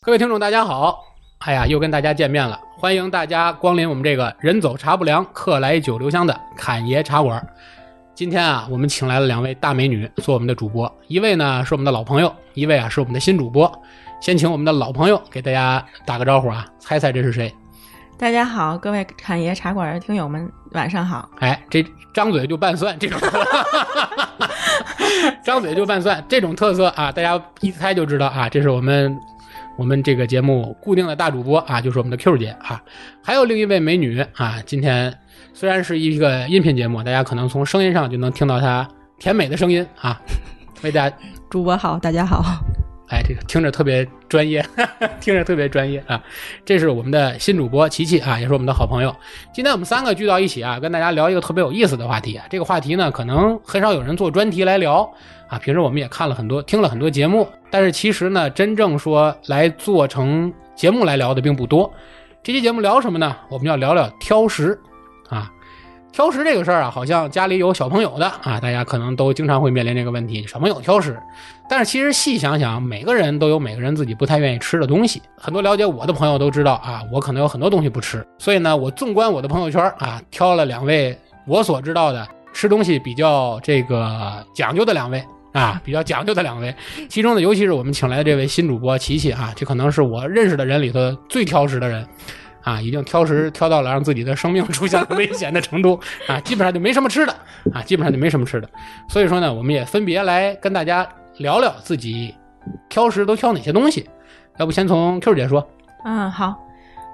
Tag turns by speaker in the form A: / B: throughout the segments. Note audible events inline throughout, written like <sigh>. A: 各位听众，大家好！哎呀，又跟大家见面了，欢迎大家光临我们这个“人走茶不凉，客来酒留香”的侃爷茶馆。今天啊，我们请来了两位大美女做我们的主播，一位呢是我们的老朋友，一位啊是我们的新主播。先请我们的老朋友给大家打个招呼啊，猜猜这是谁？
B: 大家好，各位侃爷茶馆的听友们，晚上好。
A: 哎，这张嘴就拌蒜这种， <laughs> 张嘴就拌蒜这种特色啊，大家一猜就知道啊，这是我们我们这个节目固定的大主播啊，就是我们的 Q 姐啊，还有另一位美女啊，今天虽然是一个音频节目，大家可能从声音上就能听到她甜美的声音啊，为大家
B: 主播好，大家好。
A: 哎，这个听着特别专业， <laughs> 听着特别专业啊！这是我们的新主播琪琪啊，也是我们的好朋友。今天我们三个聚到一起啊，跟大家聊一个特别有意思的话题啊。这个话题呢，可能很少有人做专题来聊啊。平时我们也看了很多，听了很多节目，但是其实呢，真正说来做成节目来聊的并不多。这期节目聊什么呢？我们要聊聊挑食啊。挑食这个事儿啊，好像家里有小朋友的啊，大家可能都经常会面临这个问题，小朋友挑食。但是其实细想想，每个人都有每个人自己不太愿意吃的东西。很多了解我的朋友都知道啊，我可能有很多东西不吃。所以呢，我纵观我的朋友圈啊，挑了两位我所知道的吃东西比较这个讲究的两位啊，比较讲究的两位。其中呢，尤其是我们请来的这位新主播琪琪啊，这可能是我认识的人里头最挑食的人。啊，已经挑食 <laughs> 挑到了让自己的生命出现了危险的程度啊，基本上就没什么吃的啊，基本上就没什么吃的。所以说呢，我们也分别来跟大家聊聊自己挑食都挑哪些东西。要不先从 Q 姐说，
B: 嗯，好。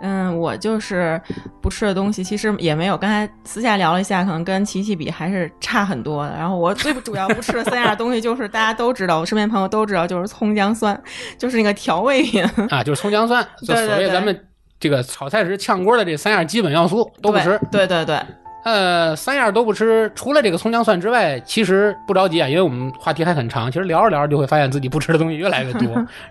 B: 嗯，我就是不吃的东西，其实也没有。刚才私下聊了一下，可能跟琪琪比还是差很多的。然后我最主要不吃的三样东西，就是大家都知道，我身边朋友都知道，就是葱姜蒜，就是那个调 <laughs> 味品。
A: 啊，就是葱姜蒜，就所谓咱们这个炒菜时炝锅的这三样基本要素都不吃。
B: 对对对，
A: 呃，三样都不吃，除了这个葱姜蒜之外，其实不着急啊，因为我们话题还很长。其实聊着聊着就会发现自己不吃的东西越来越
B: <laughs>
A: 多，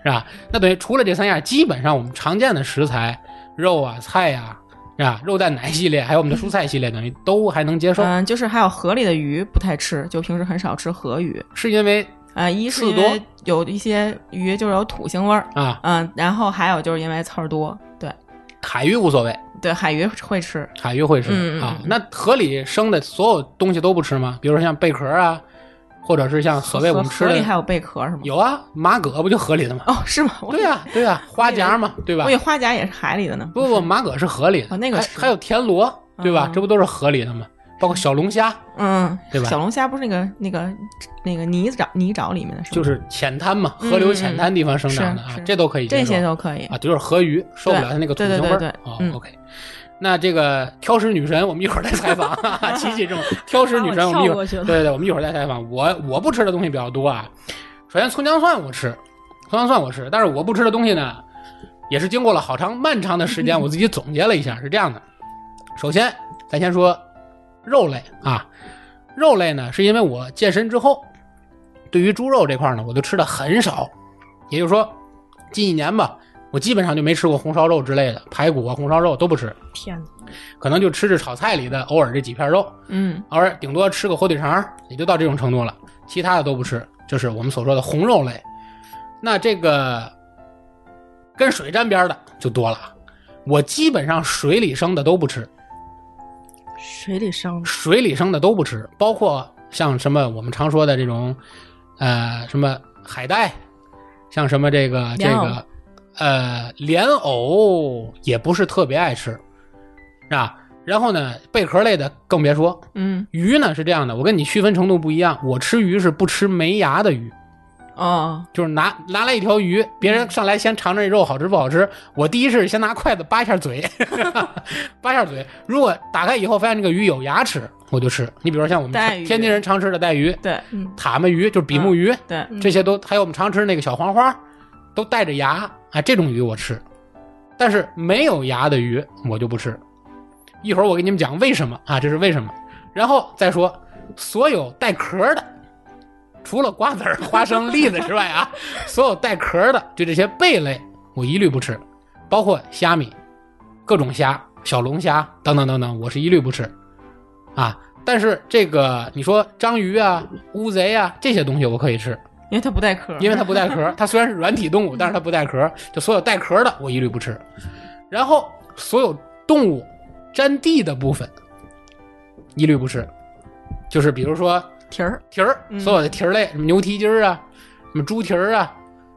A: 是吧？那等于除了这三样，基本上我们常见的食材，肉啊、菜呀、是吧？肉蛋奶系列，还有我们的蔬菜系列，等于都还能接受，
B: 嗯，就是还有河里的鱼不太吃，就平时很少吃河鱼。
A: 是因为
B: 啊、一是
A: 刺
B: 因
A: 多
B: 为有一些鱼就是有土腥味儿，
A: 啊
B: 嗯，然后还有就是因为刺儿多。对
A: 海鱼无所谓，
B: 对，海鱼会吃，
A: 海鱼会吃、
B: 嗯
A: 啊。那河里生的所有东西都不吃吗？比如说像贝壳啊，或者是像所谓我们
B: 河
A: 吃
B: 河里还
A: 的
B: 有贝壳是吗？
A: 有啊，马蛤不就河里的吗？
B: 哦，是吗？我
A: 对呀、对呀、花甲嘛，对吧
B: 我以为？花甲也是海里的呢。
A: 不不，马蛤是河里的，
B: 哦那个
A: 还
B: 是
A: 还有田螺，对吧？
B: 嗯
A: 这不都是河里的吗？包括小龙虾，
B: 嗯，
A: 对吧
B: 小龙虾不是那个那个那个泥沼泥沼里面的，
A: 就是
B: 吗
A: 是浅滩嘛，河流浅滩地方生长的
B: 嗯
A: 啊
B: 嗯嗯是，是
A: 这都可以接
B: 这
A: 受
B: 些都可以。
A: 啊，就是河鱼受不了它那个土
B: 对对
A: 腥味
B: 对
A: 儿
B: 对
A: 哦
B: 嗯
A: OK，那这个挑食女神，我们一会儿再采
C: <laughs>
A: 访啊琪琪这种挑食女神，我们一会儿
C: 过去
A: 对。对对，我们一会儿再采访。我我不吃的东西比较多啊，首先葱姜蒜我吃，葱姜蒜我吃，但是我不吃的东西呢，也是经过了好长漫长的时间，我自己总结了一下，是这样的。首先，咱先说肉类啊，肉类呢，是因为我健身之后，对于猪肉这块儿呢，我就吃的很少，也就是说，近一年吧，我基本上就没吃过红烧肉之类的，排骨啊、红烧肉都不吃，
C: 天哪，
A: 可能就吃吃炒菜里的偶尔这几片肉。
B: 嗯，
A: 偶尔顶多吃个火腿肠儿，也就到这种程度了，其他的都不吃，就是我们所说的红肉类。那这个跟水沾边儿的就多了，我基本上水里生的都不吃，
C: 水里生的
A: 水里生的都不吃，包括像什么我们常说的这种，呃，什么海带，像什么这个这
B: 莲藕
A: 个，呃，莲藕也不是特别爱吃，是吧？然后呢，贝壳类的更别说，
B: 嗯，
A: 鱼呢是这样的，我跟你区分程度不一样。我吃鱼是不吃没牙的鱼，
B: 哦，
A: 就是拿拿来一条鱼，别人上来先尝尝这肉好吃不好吃。我第一是先拿筷子扒一下嘴， <laughs> 扒一下嘴。如果打开以后发现这个鱼有牙齿，我就吃。你比如说像我们
B: 带鱼
A: 天津人常吃的带鱼、
B: 对
A: 塔目鱼，就是比目鱼，
B: 对，
C: 嗯
A: 这些都还有我们常吃那个小黄花，都带着牙，哎，这种鱼我吃。但是没有牙的鱼我就不吃。一会儿我给你们讲为什么啊，这是为什么。然后再说所有带壳的，除了瓜子儿、花生、栗子之外啊，所有带壳的，就这些贝类我一律不吃，包括虾米、各种虾、小龙虾等等等等，我是一律不吃啊。但是这个你说章鱼啊、乌贼啊这些东西我可以吃，
B: 因为它不带壳。
A: 因为它不带壳。它虽然是软体动物，但是它不带壳，就所有带壳的我一律不吃。然后所有动物沾地的部分一律不吃，就是比如说
B: 蹄
A: <laughs>
B: 儿，
A: 蹄儿，
B: 嗯
A: 所有的蹄儿类，什么牛蹄筋儿啊，什么猪蹄儿啊，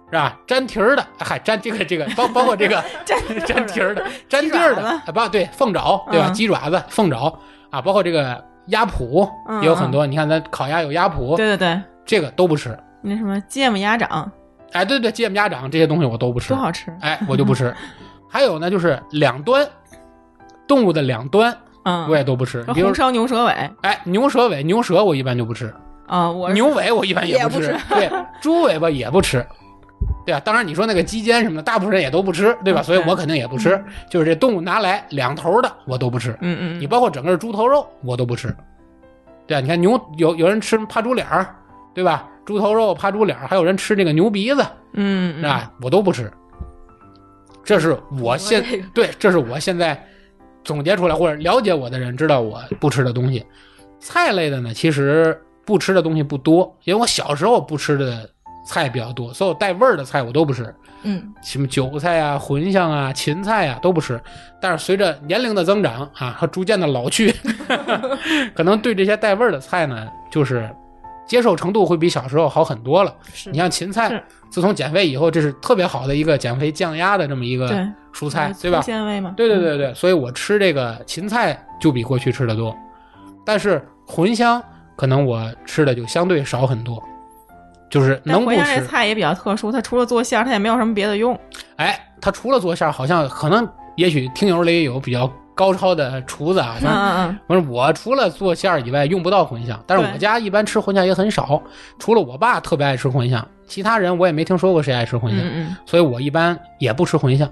A: 是吧？沾蹄儿的，嗨，沾这个这个，包包括这
B: <laughs>
A: 个
B: 沾
A: 沾蹄儿的，沾地儿的
B: 鸡爪子
A: 啊，不对，凤爪对吧？
B: 嗯
A: 鸡爪子、凤爪啊，包括这个鸭脯
B: 嗯
A: 也有很多。你看咱烤鸭有鸭脯，
B: 对对对，
A: 这个都不吃。
B: 那什么芥末鸭掌
A: 哎，对对，芥末鸭掌这些东西我都不吃
B: 多，好吃，
A: 哎，我就不
B: <laughs>
A: 吃。还有呢，就是两端动物的两端
B: 嗯，
A: 我也都不吃，比如
B: 红烧牛舌尾
A: 哎牛舌尾、牛舌我一般就不吃。
B: 啊，我是
A: 牛尾我一般
B: 也
A: 不
B: 不吃 <laughs>
A: 对，猪尾巴也不吃，对啊，当然你说那个鸡尖什么的，大部分人也都不吃，对吧？
B: 嗯
A: 所以我肯定也不吃，就是这动物拿来两头的我都不吃，
B: 嗯嗯，
A: 你包括整个猪头肉我都不吃，对啊，你看牛有有人吃怕猪脸儿，对吧？猪头肉怕猪脸儿，还有人吃那个牛鼻子，
B: 嗯
A: 是
B: 嗯
A: 吧？我都不吃，这是我现
C: 这个
A: 对，这是我现在总结出来或者了解我的人知道我不吃的东西。菜类的呢，其实不吃的东西不多，因为我小时候不吃的菜比较多，所有带味儿的菜我都不吃，
C: 嗯，
A: 什么韭菜啊、茴香啊、芹菜啊都不吃。但是随着年龄的增长啊，和逐渐的老去， <laughs> 可能对这些带味儿的菜呢，就是接受程度会比小时候好很多了。
C: 嗯是
A: 你像芹菜
B: 嗯是，
A: 自从减肥以后，这是特别好的一个减肥降压的这么一个
B: 对呃
A: 蔬菜，
B: 粗
A: 对吧？
B: 纤维嘛，嗯
A: 对对对对，所以我吃这个芹菜就比过去吃的多，但是茴香可能我吃的就相对少很多，就是
B: 但
A: 能不
B: 回家这
A: 吃。
B: 菜也比较特殊，它除了做馅儿，它也没有什么别的用。
A: 哎，它除了做馅儿，好像可能也许听友里有比较高超的厨子啊，
B: 嗯
A: 反正
B: 嗯
A: 反正我除了做馅儿以外用不到茴香，但是
B: 对
A: 我家一般吃茴香也很少，除了我爸特别爱吃茴香，其他人我也没听说过谁爱吃茴香。
B: 嗯嗯
A: 所以我一般也不吃茴香。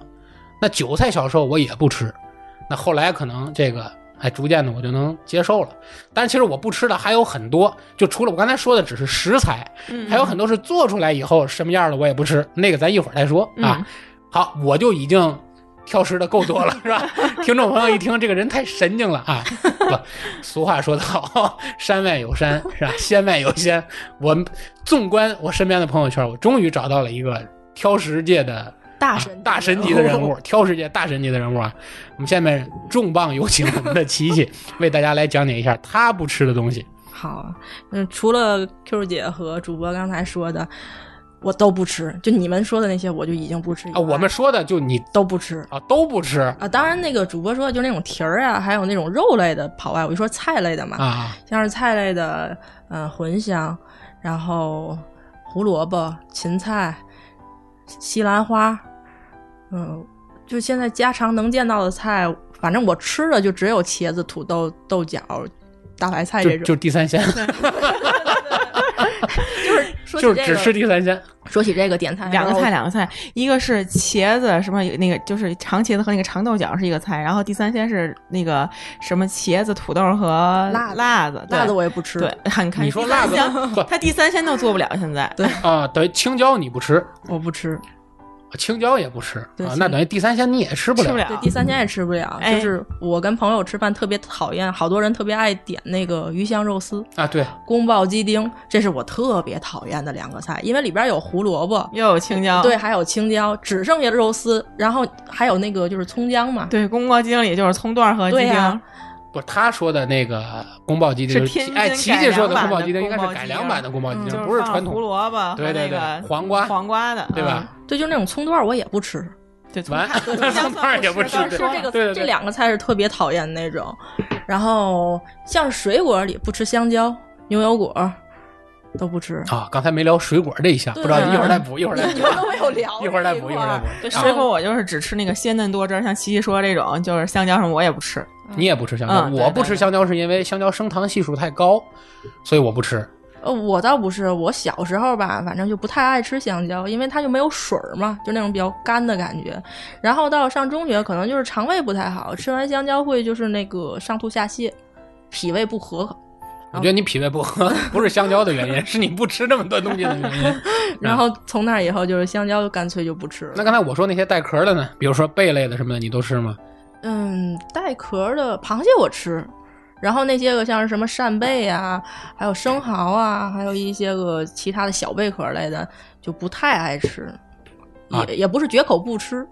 A: 那韭菜小时候我也不吃，那后来可能这个哎，逐渐的我就能接受了。但是其实我不吃的还有很多，就除了我刚才说的只是食材，
B: 嗯，
A: 还有很多是做出来以后什么样的我也不吃，那个咱一会儿再说啊。
B: 嗯
A: 好，我就已经挑食的够多了，是吧？听众朋友一听，这个人太神经了啊！不，俗话说得好， <laughs> 山外有山，是吧？仙外有仙。我纵观我身边的朋友圈，我终于找到了一个挑食界的
C: 大
A: 啊
C: 神、
A: 大神级的人物，挑食界大神级的人物啊！我们下面重磅有请我们的琪琪，为大家来讲解一下他不吃的东西。
C: 好，嗯，除了 Q 姐和主播刚才说的，我都不吃，就你们说的那些，我就已经不吃以
A: 啊，我
C: 外
A: 们说的就你
C: 都不吃
A: 啊都不吃
C: 啊。当然，那个主播说的就是那种蹄儿啊，还有那种肉类的跑外，我就说菜类的嘛，
A: 啊，
C: 像是菜类的，嗯、茴香，然后胡萝卜、芹菜、西兰花，嗯、就现在家常能见到的菜，反正我吃的就只有茄子、土豆、豆角、大白菜这
A: 就
C: 种。
A: 就第三鲜，
C: 就是 <laughs> 说
A: <laughs>
C: 起
A: 就
C: 这
A: 是
C: 个，
A: 只吃第三鲜。
C: 说起这个点菜，
B: 嗯两个
C: 然后
B: 菜，两个菜，一个是茄子，什么那个就是长茄子和那个长豆角是一个菜，然后第三先是那个什么茄子、土豆和
C: 辣子
B: 辣子，对
C: 辣子我也不吃。
B: 对，很看
A: 你说辣子
B: 第三鲜
A: 不
B: 他第三鲜都做不了，现在
C: 对
A: 啊，等于青椒你不吃，
C: 我不吃。
A: 青椒也不吃
C: 对
A: 啊，
C: 青
A: 那等于第三鲜你也吃不
B: 吃不
A: 了。
C: 对，
B: 了。
C: 第三天也吃不了。
B: 哎
C: 就是我跟朋友吃饭特别讨厌，好多人特别爱点那个鱼香肉丝、
A: 啊，对，
C: 宫爆鸡丁，这是我特别讨厌的两个菜，因为里边有胡萝卜，
B: 又有青椒，
C: 对，还有青椒，只剩下肉丝，然后还有那个就是葱姜嘛。
B: 对，宫保鸡丁也就是葱段和鸡
C: 对呀
B: 丁，
A: 不是他说的那个宫保鸡丁，
B: 是天津
A: 哎，
B: 改
A: 琪琪说的宫
B: 良版的
A: 保鸡丁应该
B: 宫
A: 是
B: 保
A: 改
B: 鸡
A: 良
B: 丁
A: 版的宫保鸡
B: 嗯
A: 丁，
B: 就
A: 不是
B: 放
A: 传
B: 胡
A: 统，
B: 萝卜
A: 对
B: 和
A: 对
B: 那
A: 对
B: 个
A: 黄瓜
B: 黄瓜的，
A: 对吧？
C: 对，就那种葱段儿我也不吃，
B: 嗯？对，葱
A: 完
B: 花葱姜
A: 葱花
B: 蒜
A: 也不
B: 吃
A: 吃
B: 到
A: 对
C: 是
B: 时候
C: 这个
A: 对对对
C: 这两个菜是特别讨厌那种。然后像水果里不吃香蕉、牛油果都不吃，
B: 嗯
A: 啊，刚才没聊水果这一啊项，不
C: 对
A: 知道
C: 嗯
A: 一会儿再补，一会儿再
C: 你
A: 补
C: 们，都没有聊
A: 一会儿再
C: 这
A: 补，一
C: 块
A: 会儿再补。
B: 对
A: 啊
B: 水果我就是只吃那个鲜嫩多汁儿，像琪琪说这种，就是香蕉什么我也不吃。
A: 啊你也不吃香蕉，
B: 嗯对
A: 我不
B: 对
A: 吃
B: 对
A: 香蕉是因为香蕉升糖系数太高，所以我不吃。
C: 呃，我倒不是，我小时候吧，反正就不太爱吃香蕉，因为它就没有水儿嘛，就那种比较干的感觉。然后到上中学，可能就是肠胃不太好，吃完香蕉会就是那个上吐下泻，脾胃不和。
A: 我
B: 哦
A: 觉得你脾胃不和， <laughs> 不是香蕉的
B: <laughs>
A: 原因，是你不吃这么多东西的原因。
C: 然后从那以后，就是香蕉干脆就不吃
A: 那
C: 了。
A: 刚才我说那些带壳的呢，比如说贝类的什么的，你都吃吗？
C: 嗯，带壳儿的螃蟹我吃，然后那些个像是什么扇贝啊，还有生蚝啊，还有一些个其他的小贝壳类的，就不太爱吃，也、
A: 啊
C: 也不是绝口不吃，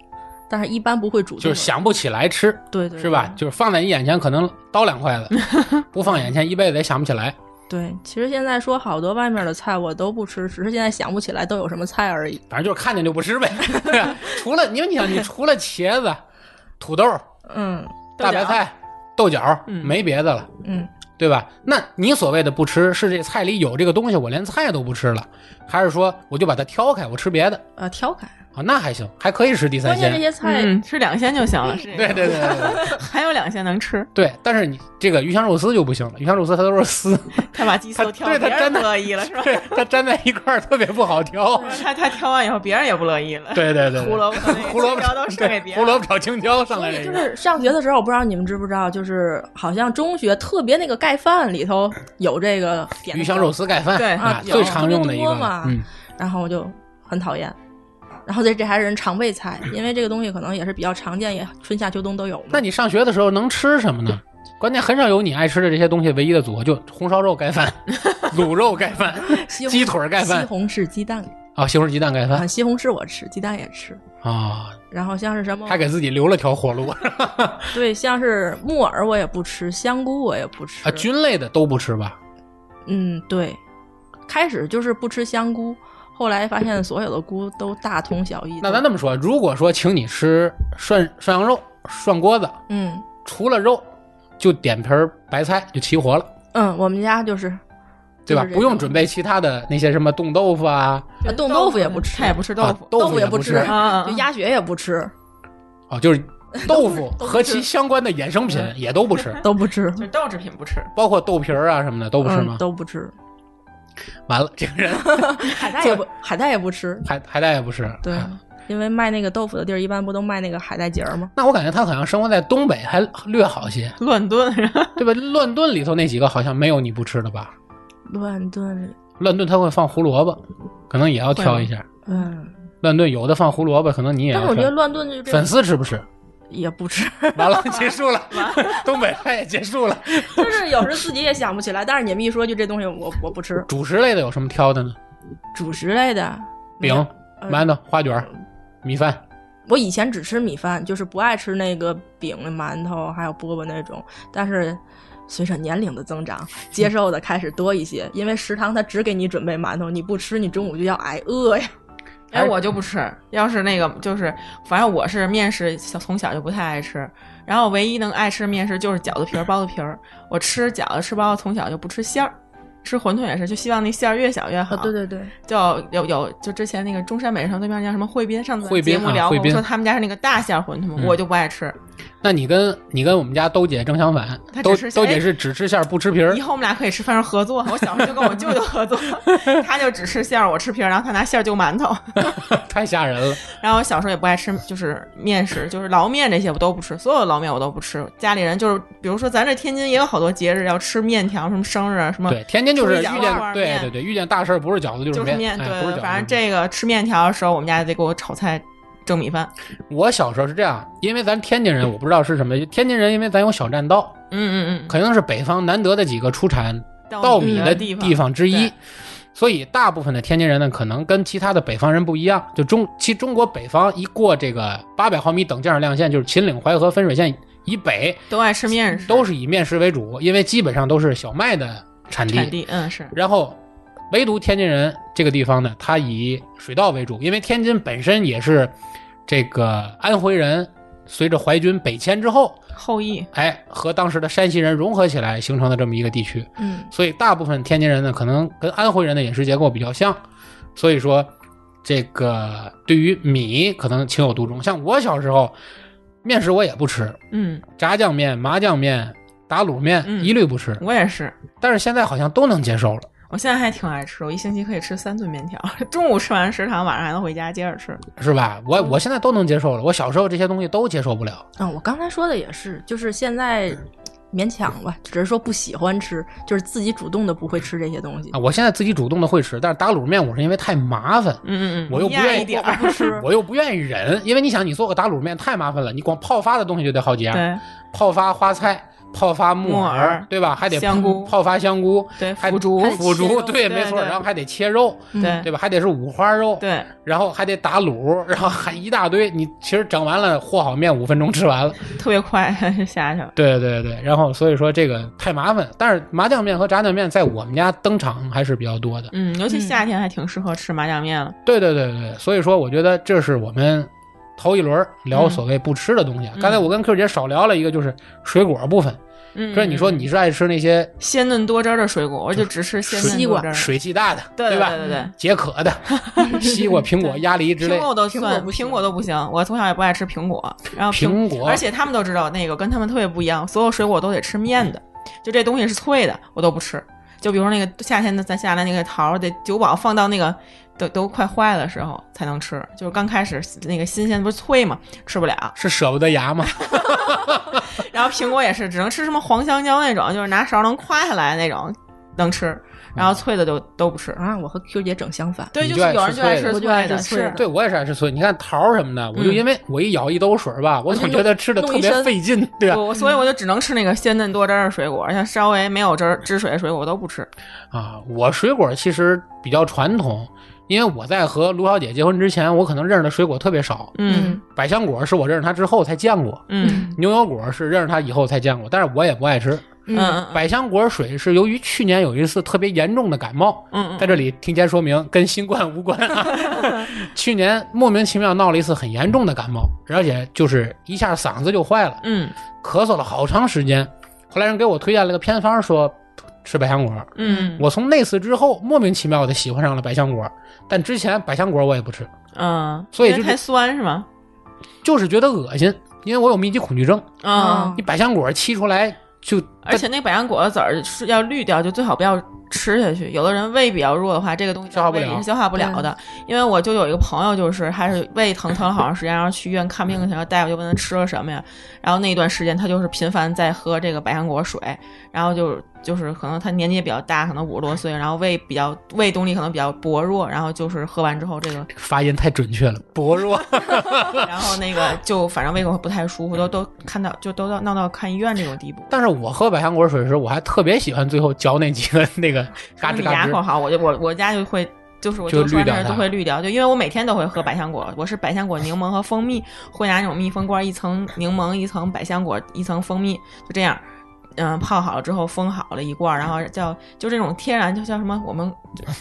C: 但是一般不会主动
A: 就是想不起来吃，
C: 对对
A: 是吧？？就是放在你眼前可能叨两筷
C: <laughs>
A: 子，不放眼前一辈子也想不起来。
C: 对，其实现在说好多外面的菜我都不吃，只是现在想不起来都有什么菜而已。
A: 反正就是看见就不吃
C: <laughs>
A: 呗。对吧除了你，你想，你除了茄子、土豆、
C: 嗯，豆
A: 大白
C: 角，
A: 菜、豆角，
B: 嗯
A: 没别的了，
C: 嗯，
A: 对吧？那你所谓的不吃，是这菜里有这个东西，我连菜都不吃了，还是说我就把它挑开，我吃别的
C: 呃，挑开。
A: 啊？那还行，还可以吃地三
C: 关键这
A: 鲜。
C: 些菜，
B: 嗯，吃两鲜就行了。
A: 对对对对对
B: 对，还有两鲜能吃。
A: 对，但是你这个鱼香肉丝就不行了，鱼香肉丝它都是丝，
B: 他把鸡
A: 它
B: 丝挑，
A: 对它
B: 别人
A: 粘
B: 不
A: 的
B: 乐意了 <laughs>
A: <laughs>
B: 是吧？
A: 对，它粘在一块儿特别不好挑。
B: 他他挑完以后，别人也不乐意了。
A: 对对对，对
B: 胡萝卜和那个
A: 胡萝卜
B: 青椒都剩给
A: 对
B: 别人
A: 胡萝卜炒青椒上来这
C: 就
A: 个，
C: 是上学的时候，我不知道你们知不知道，就是好像中学特别那个盖饭里头有这个点的
A: 鱼香肉丝盖饭
B: 对
A: 啊，
C: 有
A: 最常用的一
C: 特
A: 个
C: 别多嘛
A: 了，嗯。
C: 然后我就很讨厌。然后这这还是人常备菜，因为这个东西可能也是比较常见，也春夏秋冬都有嘛。
A: 那你上学的时候能吃什么呢？关键很少有你爱吃的这些东西，唯一的组合就红烧肉盖饭、卤肉盖饭
C: 西红
A: 鸡腿盖饭
C: 西红柿鸡蛋
A: 啊，西红柿鸡蛋盖
C: 啊，
A: 饭
C: 西红柿我吃，鸡蛋也吃。
A: 啊，
C: 然后像是什么
A: 还给自己留了条活路啊
C: 对，像是木耳我也不吃，香菇我也不吃
A: 啊。菌类的都不吃吧？
C: 嗯，对，开始就是不吃香菇，后来发
A: <laughs>
C: 现所有的菇都大同小异。
A: 那咱这么说，如果说请你吃涮涮羊肉、涮锅子，
C: 嗯
A: 除了肉就点盆儿白菜就齐活了，
C: 嗯，我们家就是
A: 对吧
C: 就？是这
A: 不用
C: 种
A: 准备其他的那些什么冻豆腐啊，
C: 啊冻豆腐也不吃
B: 他也不吃豆
A: 啊
B: 腐。
A: 豆
C: 腐
A: 也
C: 不
A: 吃
C: 啊
B: 啊
C: 就鸭血也不吃，
A: 哦，
C: <laughs>
A: 就是豆腐
C: 都不
A: 和
C: 吃嗯
A: 其相关的衍生品也都不
C: <laughs>
A: 吃，
C: 都不吃，
B: 就豆制品不吃，
A: 包括豆皮儿啊什么的都不吃
C: 嗯
A: 吗？
C: 都不吃，
A: 完了，这个人
C: 海带也不海带也不吃，
A: 海海带也不吃。
C: 对
A: 啊，
C: 因为卖那个豆腐的地儿一般不都卖那个海带节儿吗？
A: 那我感觉他好像生活在东北还略好
C: <laughs>
A: 些，
B: 乱炖。
A: 对吧？乱炖里头那几个好像没有你不吃的吧？
C: 乱炖里，
A: 乱炖他会放胡萝卜，可能也要挑一下。
C: 嗯，
A: 乱炖有的放胡萝卜，可能你也
C: 但
A: 要
C: 是我觉得
A: 挑。
C: 乱炖就这
A: 粉丝吃不
C: <laughs>
A: 吃？
C: 也不 <laughs> 吃，
A: 完了，结束了， <laughs> 东北菜也结束了。
C: 就是有时自己也想不起来，但是你们一说就这东西我我不吃，
A: 主食类的有什么挑的呢？
C: 主食类的
A: 饼、
C: 呃
A: 馒头、花卷、米饭。
C: 我以前只吃米饭，就是不爱吃那个饼、馒头还有饽饽那种。但是随着年龄的增长，接受的开始多一些，因为食堂它只给你准备馒头，你不吃，你中午就要挨饿呀。
B: 哎，我就不吃。要是那个，就是反正我是面食，小从小就不太爱吃。然后唯一能爱吃面食就是饺子皮儿、包子皮儿。我吃饺子、吃包子，从小就不吃馅儿，吃馄饨也是，就希望那馅儿越小越好。
C: 啊对对，
B: 就有有就之前那个中山美食城对面叫什么汇斌，上次
A: 汇
B: 节
A: 斌
B: 目
A: 啊
B: 聊过，
A: 汇
B: 我
A: 斌
B: 说他们家是那个大馅儿馄饨嘛，
A: 嗯
B: 我就不爱吃。
A: 那你跟你跟我们家兜姐正相反，
B: 她
A: 兜
B: 只吃馅
A: 兜姐是只吃馅儿不吃皮儿
B: 以。后我们俩可以吃饭时候合作。我小时候就跟我舅舅合作， <laughs> 他就只吃馅儿，我吃皮儿，然后他拿馅儿就馒头。
A: 太吓人了。
B: 然后我小时候也不爱吃，就是面食，就是捞面这些我都不吃，所有的捞面我都不吃。家里人就是，比如说咱这天津也有好多节日要吃面条，什么生日啊，什么
A: 对，天津就是遇
B: 出
A: 见
B: 去讲话
A: 对
B: 面
A: 对对，遇见大事儿不是饺子就是
B: 就是面，
A: 哎不是饺
B: 对，
A: 子
B: 反正
A: 就是面
B: 这个吃面条的时候，我们家也得给我炒菜蒸米饭。
A: 我小时候是这样，因为咱天津人我不知道是什么，天津人因为咱有小栈道，
B: 嗯嗯
A: 可能是北方难得的几个出产
B: 嗯，
A: 稻
B: 米
A: 米的
B: 地
A: 地方之一
B: 对，
A: 所以大部分的天津人呢，可能跟其他的北方人不一样，就中其中国北方一过这个八百毫米等降水量线，就是秦岭淮河分水线以北，
B: 都爱吃面食，
A: 都是以面食为主，因为基本上都是小麦的产地。
B: 产地，嗯是，
A: 然后唯独天津人这个地方呢，它以水稻为主，因为天津本身也是这个安徽人随着淮军北迁之后，
B: 后裔
A: 哎，和当时的山西人融合起来形成的这么一个地区，
C: 嗯，
A: 所以大部分天津人呢，可能跟安徽人的饮食结构比较像，所以说这个对于米可能情有独钟。像我小时候，面食我也不吃，
B: 嗯，
A: 炸酱面、麻酱面、打卤面、
B: 嗯
A: 一律不吃，
B: 我也是。
A: 但是现在好像都能接受了。
B: 我现在还挺爱吃，我一星期可以吃三顿面条， <laughs> 中午吃完食堂，晚上还能回家接着吃。
A: 是吧？我
B: 嗯
A: 我现在都能接受了，我小时候这些东西都接受不了。
C: 啊，我刚才说的也是，就是现在勉强吧，只是说不喜欢吃，就是自己主动的不会吃这些东西
A: 啊，。我现在自己主动的会吃，但是打卤面我是因为太麻烦，
B: 嗯嗯嗯，
A: 我又不
B: 一样
A: 愿
B: 一
A: 意
B: 点儿，
C: 不吃
A: 我又不愿意忍，因为你想，你做个打卤面太麻烦了，你光泡发的东西就得好几样，
B: 对，
A: 泡发花菜、泡发木
B: 木
A: 耳
B: 耳，
A: 对吧？还得
B: 香菇
A: 泡发香菇，
B: 对，
A: 还
B: 腐竹
C: 还，得
A: 腐
C: 切
A: 竹，
C: 肉
A: 对，
B: 对
A: 没错。
B: 对
A: 然后还得切肉，
C: 嗯
B: 对
A: 对吧？还得是五花肉，
B: 对
A: 然后还得打卤，然后还一大堆。你其实整完了和好面，五分钟吃完了。
B: 特别快 <laughs> 就下去了。
A: 对对对，然后所以说这个太麻烦。但是麻酱面和炸酱面在我们家登场还是比较多的。
B: 嗯，尤其
C: 嗯
B: 夏天还挺适合吃麻酱面了。
A: 对对对对，所以说我觉得这是我们头一轮聊所谓不吃的东西啊。
B: 嗯
A: 刚才我跟 Q 姐少聊了一个，就是水果部分。
B: 嗯，
A: 所以你说
B: 嗯
A: 你是爱吃那些
B: 鲜嫩多汁儿的水果，我就只吃鲜嫩
C: 西
B: 多
C: 瓜
B: 汁儿的。
A: 水气大的，
B: 嗯对
A: 吧？
B: 对对对
A: 解渴
B: <laughs>
A: 的，西瓜、苹果、
B: 对
A: 鸭梨之
B: 苹
A: 类。
B: 果我都
C: 苹
B: 算
C: 果不行
B: 苹果都不行，我从小也不爱吃苹果。然后苹
A: 苹果
B: 而且他们都知道那个跟他们特别不一样，所有水果都得吃面的，就这东西是脆的，我都不吃。就比如说那个夏天的咱下的那个桃儿，得酒保放到那个都都快坏的时候才能吃，就是刚开始那个新鲜不是脆嘛，吃不了。
A: 是舍不得牙
B: <laughs>
A: 吗？
B: 然后苹果也是，只能吃什么黄香蕉那种，就是拿勺能夸下来那种能吃，然
A: 嗯
B: 后脆的就都不吃。
C: 啊，我和 Q 姐整相反，
B: 对，
A: 你
B: 就
A: 就是爱
B: 有人
A: 吃
B: 就爱
A: 脆的
B: 吃
C: 我就
B: 脆
C: 爱吃
B: 的，
C: 脆
B: 是
C: 的
A: 对我也是爱吃脆。你看桃儿什么的，我
B: 嗯
A: 就因为我一咬一兜水儿吧，我总觉得吃的特别费劲，对吧？
B: 我所以我就只能吃那个鲜嫩多汁儿的水果，像稍微没有汁儿汁水的水果我都不吃。
A: 啊，我水果其实比较传统，因为我在和卢小姐结婚之前，我可能认识的水果特别少。
B: 嗯
A: 百香果是我认识她之后才见过，
B: 嗯
A: 牛油果是认识她以后才见过，但是我也不爱吃。
B: 嗯嗯
A: 百香果水是由于去年有一次特别严重的感冒，
B: 嗯
A: 在这里提前说明，跟新冠无关、
B: <laughs>
A: 啊。去年莫名其妙闹了一次很严重的感冒，而且就是一下嗓子就坏了，
B: 嗯
A: 咳嗽了好长时间。后来人给我推荐了个偏方，说吃百香果。
B: 嗯
A: 我从那次之后，莫名其妙的喜欢上了百香果，但之前百香果我也不吃，
B: 嗯，
A: 所以
B: 因为
A: 就是
B: 太酸是吗？
A: 就是觉得恶心，因为我有密集恐惧症。
B: 嗯，
A: 你百香果切出来就，
B: 而且那个百香果的籽儿是要滤掉，就最好不要吃下去。有的人胃比较弱的话，这个东西
A: 消化不
B: 在胃里
A: 了
B: 是消化不了的。因为我就有一个朋友，就是他是胃疼疼了好长时间，然后去医院看病去，然
A: 嗯
B: 后大夫就问他吃了什么呀，然后那一段时间他就是频繁在喝这个百香果水，然后就就是可能他年纪也比较大，可能五十多岁，然后胃比较胃动力可能比较薄弱，然后就是喝完之
A: <laughs>
B: 后这个
A: 发音太准确了，薄弱。
B: 然后那个就反正胃口不太舒服，都都看到就都到闹到看医院这种地步。
A: <laughs> 但是我喝百香果水时，我还特别喜欢最后嚼那几个 <laughs> 那个嘎吱
B: 你
A: 嘎
B: 嗯牙口
A: 吱。
B: 好，我就我我家就会。就是我
A: 就
B: 就
A: 滤
B: 说
A: 掉
B: 那
A: 它
B: 都会滤掉，就因为我每天都会喝百香果，我是百香果、柠檬和蜂蜜，会拿那种密封罐，一层柠檬，一层百香果，一层蜂蜜，就这样，嗯，泡好了之后封好了一罐，然后叫就这种天然就叫什么，我们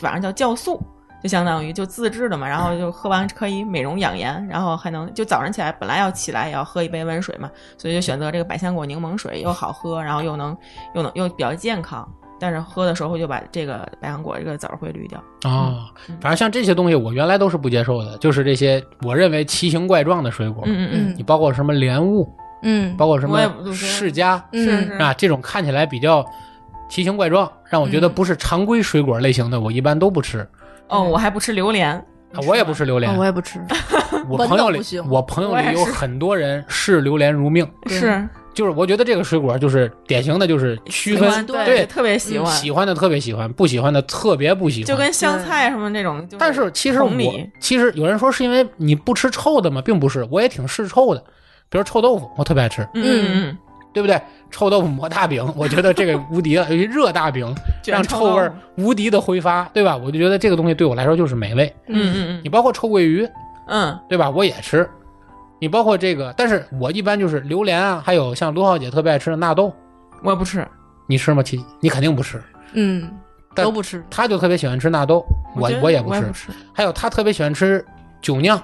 B: 晚上叫酵素，就相当于就自制的嘛，然后就喝完可以美容养颜，然后还能就早上起来本来要起来也要喝一杯温水嘛，所以就选择这个百香果柠檬水，又好喝，然后又能又能又比较健康，但是喝的时候就把这个百香果这个籽儿会滤掉。
A: 哦，
B: 嗯
A: 反正像这些东西，我原来都是不接受的，就是这些我认为奇形怪状的水果，
B: 嗯嗯
A: 你包括什么莲雾，
C: 嗯
A: 包括什
B: 我也
A: 么
B: 不
A: 释迦
B: 嗯，是是
A: 啊，这种看起来比较奇形怪状，让我觉
B: 嗯
A: 得不是常规水果类型的，我一般都不吃。
B: 哦，我还不吃哦榴莲，
A: 啊我也不吃榴莲
C: 啊，我，也不吃，
A: 我
C: 闻
A: 朋
C: 都
A: 友
C: 不
A: 里，
C: 行
A: 我朋友
B: 我也
A: 里有
B: 是
A: 很多人视榴莲如命，
C: 对
B: 是
A: 就是我觉得这个水果就是典型的，就是区
B: 喜
A: 分
B: 欢对
A: 对嗯
B: 特别喜欢，
A: 喜欢的特别喜欢，不喜欢的特别不喜欢。
B: 就跟香菜什么这种，就
A: 但是其实我
B: 同理
A: 其实有人说是因为你不吃臭的吗？并不是，我也挺嗜臭的。比如臭豆腐，我特别爱吃，
B: 嗯嗯嗯。
A: 对不对？臭豆腐磨大饼， <laughs> 我觉得这个无敌了，尤其热大饼
B: 卷
A: 让
B: 臭
A: 臭味儿
B: 豆腐
A: 无敌的挥发，对吧？我就觉得这个东西对我来说就是美味。
B: 嗯嗯
A: 你包括臭鳜鱼，
B: 嗯
A: 对吧？我也吃。你包括这个，但是我一般就是榴莲啊，还有像卢浩姐特别爱吃的纳豆，
B: 嗯，我也不吃，
A: 你吃吗？琪，你肯定不吃。
C: 嗯，
A: 但
C: 都不吃，
A: 她就特别喜欢吃纳豆，我
B: 觉得
A: 我
B: 我
A: 也不吃
B: 不。吃。
A: 还有她特别喜欢吃酒酿，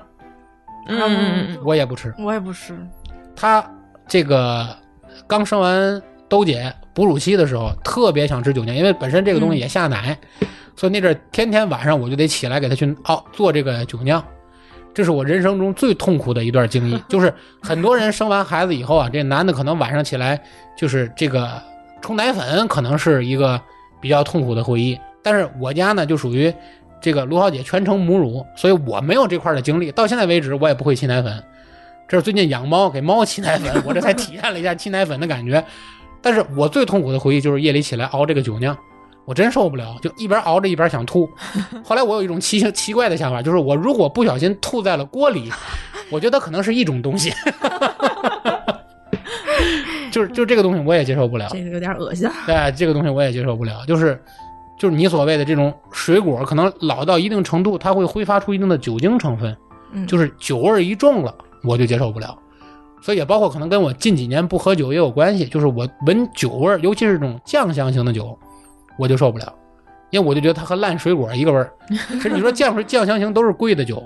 B: 嗯嗯嗯
A: 我也不吃。
C: 我也不吃，
A: 她这个刚生完兜姐哺乳期的时候，特别想吃酒酿，因为本身这个东西也下奶，所以那阵儿天天晚上我就得起来给她去熬、做这个酒酿。这是我人生中最痛苦的一段经历，就是很多人生完孩子以后啊，这男的可能晚上起来就是这个冲奶粉，可能是一个比较痛苦的回忆。但是我家呢，就属于这个卢小姐全程母乳，所以我没有这块的经历。到现在为止，我也不会沏奶粉。这是最近养猫给猫沏奶粉，我这才体验了一下沏奶粉的感觉。但是我最痛苦的回忆就是夜里起来熬这个酒酿，我真受不了，就一边熬着一边想吐。后来我有一种奇奇怪的想法，就是我如果不小心吐在了锅里，我觉得可能是一种东西。 <laughs> 就是就这个东西我也接受不了，
C: 这个有点恶心。
A: 对，这个东西我也接受不了，就是就是你所谓的这种水果，可能老到一定程度，它会挥发出一定的酒精成分，
C: 嗯
A: 就是酒味儿一重了，我就接受不了。所以也包括可能跟我近几年不喝酒也有关系，就是我闻酒味儿，尤其是这种酱香型的酒，我就受不了，因为我就觉得它和烂水果一个味儿。其实你说酱水酱香型都是贵的酒，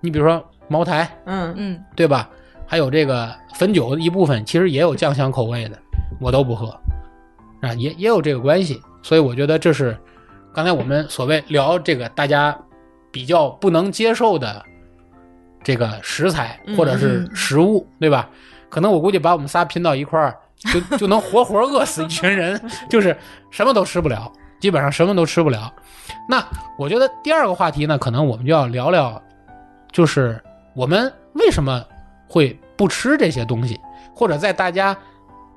A: 你比如说茅台，
B: 嗯，
C: 嗯，
A: 对吧？还有这个汾酒的一部分，其实也有酱香口味的，我都不喝，啊，也也有这个关系。所以我觉得这是刚才我们所谓聊这个大家比较不能接受的这个食材
B: 嗯
A: 或者是食物，对吧？可能我估计把我们仨拼到一块儿，就就能活活饿死一群
B: <laughs>
A: 人，就是什么都吃不了，基本上什么都吃不了。那我觉得第二个话题呢，可能我们就要聊聊，就是我们为什么会不吃这些东西，或者在大家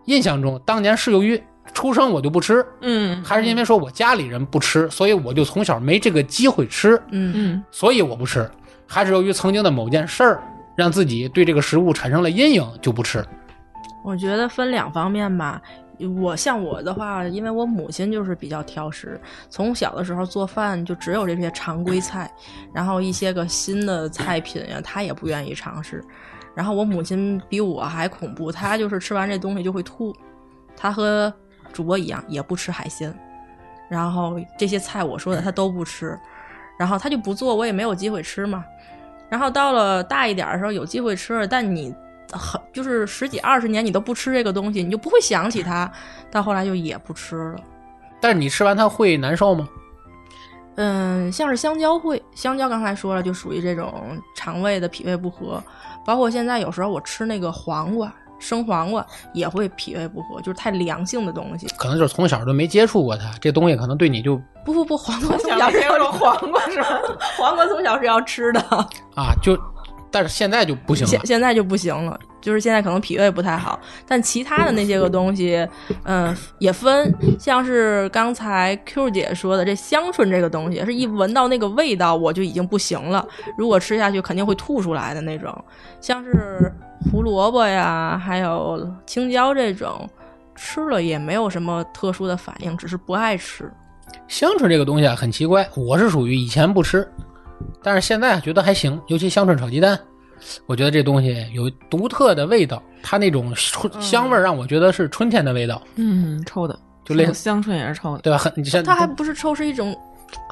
A: 印象中，当年是由于出生我就不吃，
B: 嗯，
A: 还是因为说我家里人不吃，所以我就从小没这个机会吃，
C: 嗯
B: 嗯
A: 所以我不吃，还是由于曾经的某件事儿让自己对这个食物产生了阴影就不吃？
C: 我觉得分两方面吧。呃我像我的话，因为我母亲就是比较挑食，从小的时候做饭就只有这些常规菜，然后一些个新的菜品呀，她也不愿意尝试。然后我母亲比我还恐怖，她就是吃完这东西就会吐。她和主播一样，也不吃海鲜，然后这些菜我说的她都不吃，然后她就不做，我也没有机会吃嘛。然后到了大一点儿的时候有机会吃了，但你很就是十几二十年你都不吃这个东西，你就不会想起它。到后来就也不吃了。
A: 但是你吃完它会难受吗？
C: 嗯，像是香蕉会，香蕉刚才说了，就属于这种肠胃的脾胃不和，包括现在有时候我吃那个黄瓜，生黄瓜也会脾胃不和，就是太凉性的东西。
A: 可能就是从小就没接触过它，这东西可能对你就
C: 不不不，黄瓜从
B: 从
C: 小
B: 小
C: 是
B: 没有
C: 要
B: 种黄瓜是吧？
C: <laughs> 黄瓜从小是要吃的，
A: 啊就，但是现在就不行
C: 现
A: 了。
C: 现在就不行了，就是现在可能脾胃不太好，但其他的那些个东西，嗯、也分，像是刚才 Q 姐说的这香椿这个东西，是一闻到那个味道我就已经不行了，如果吃下去肯定会吐出来的那种，像是胡萝卜呀，还有青椒这种。吃了也没有什么特殊的反应，只是不爱吃。
A: 香椿这个东西啊，很奇怪，我是属于以前不吃，但是现在觉得还行，尤其香椿炒鸡蛋，我觉得这东西有独特的味道，它那种
C: 嗯
A: 春香味儿让我觉得是春天的味道，
B: <laughs> 嗯，臭的，
A: 就类似
B: 香椿也是臭的。
A: 对吧？很像
C: 它还不是臭，是一种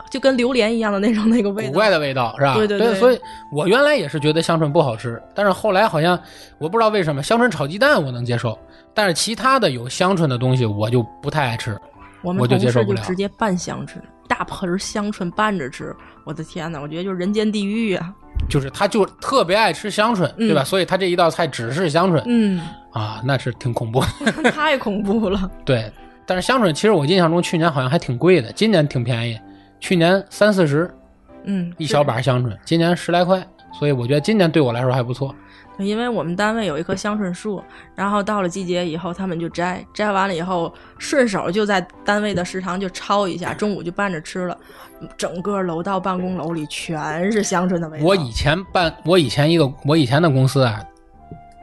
C: 就跟榴莲一样的那种那个味
A: 古
C: 道
A: 怪。的味道是吧？
C: 对对对
A: 所以我原来也是觉得香椿不好吃，但是后来好像我不知道为什么香椿炒鸡蛋我能接受，但是其他的有香椿的东西我就不太爱吃。
C: 我们
A: 我就
C: 同
A: 接受
C: 事
A: 不
C: 就
A: 了
C: 直接拌香椿，大盆儿香椿拌着吃，我的天呐，我觉得就是人间地狱啊！
A: 就是他就特别爱吃香椿，对吧？所以他这一道菜只是香椿、
C: 嗯，
A: 啊，那是挺恐怖的。
C: 太恐怖了。
A: 对，但是香椿其实我印象中去年好像还挺贵的，今年挺便宜，去年三四十
C: <laughs> 嗯，
A: 一小把香椿，今年十来块，所以我觉得今年对我来说还不错。
C: 对，因为我们单位有一棵香椿树，然后到了季节以后，他们就摘，摘完了以后，顺手就在单位的食堂就焯一下，中午就拌着吃了。整个楼道办公楼里全是香椿的味道。
A: 我以前办，我以前一个我以前的公司啊，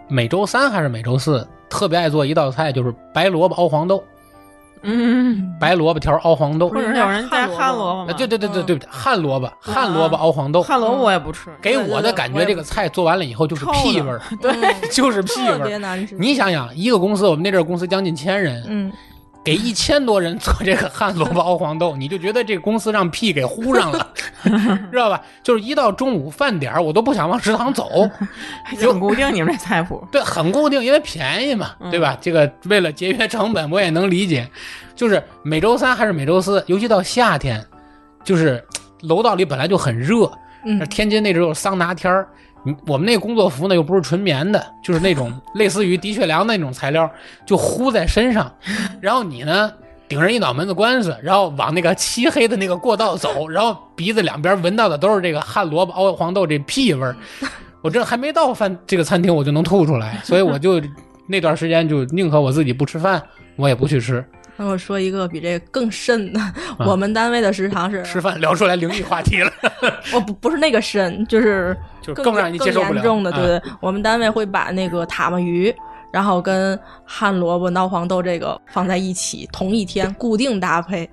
A: 每周三还是每周四特别爱做一道菜，就是白萝卜熬黄豆，
B: 嗯，
A: 白萝卜条熬黄豆
B: 或。者有人加
C: 旱
B: 旱
C: 萝
B: 萝
A: 啊
B: 卜吗？
A: 对对对对
C: 嗯
A: 对，旱萝卜，旱萝卜熬黄豆，
B: 旱萝卜我也不吃，
A: 给
C: 对对
A: 我的
C: 对
A: 感
C: 我
A: 觉
C: 也
A: 这个菜做完了以后就是
B: 臭
A: 屁
B: 的
C: <laughs>
A: 味儿，
C: 对、
A: 就是屁
C: 特
A: 味
C: 别
A: 儿。
C: 难吃。
A: 你想想，一个公司，我们那阵儿公司将近千人，
C: 嗯，
A: 给一千多人做这个旱萝卜熬黄豆，你就觉得这公司让屁给糊上了， <laughs> 知道吧？就是一到中午饭点儿，我都不想往食堂走。
B: 还哎挺固定你们这菜谱。
A: 对，很固定，因为便宜嘛，
B: 嗯
A: 对吧？这个为了节约成本，我也能理解。就是每周三还是每周四，尤其到夏天，就是嘖楼道里本来就很热，
C: 嗯
A: 那天津那时候有桑拿天儿。你我们那工作服呢，又不是纯棉的，就是那种类似于的确良的那种材料，就糊在身上，然后你呢顶着一脑门子官司，然后往那个漆黑的那个过道走，然后鼻子两边闻到的都是这个旱萝卜熬黄豆这屁味儿，我这还没到饭这个餐厅我就能吐出 <laughs> 来，所以我就那段时间就宁可我自己不吃饭，我也不去吃，
C: 那我说一个比这个更甚的，
A: 啊
C: 我们单位的食堂是
A: 吃饭聊出来灵异话题了，
C: 我哦不不是那个深，就是
A: 就是
C: 更
A: 更让你接受不了
C: 更严重的，
A: 啊
C: 对对。我们单位会把那个塔嘛鱼，然后跟旱萝卜、孬黄豆这个放在一起，同一天固定搭配，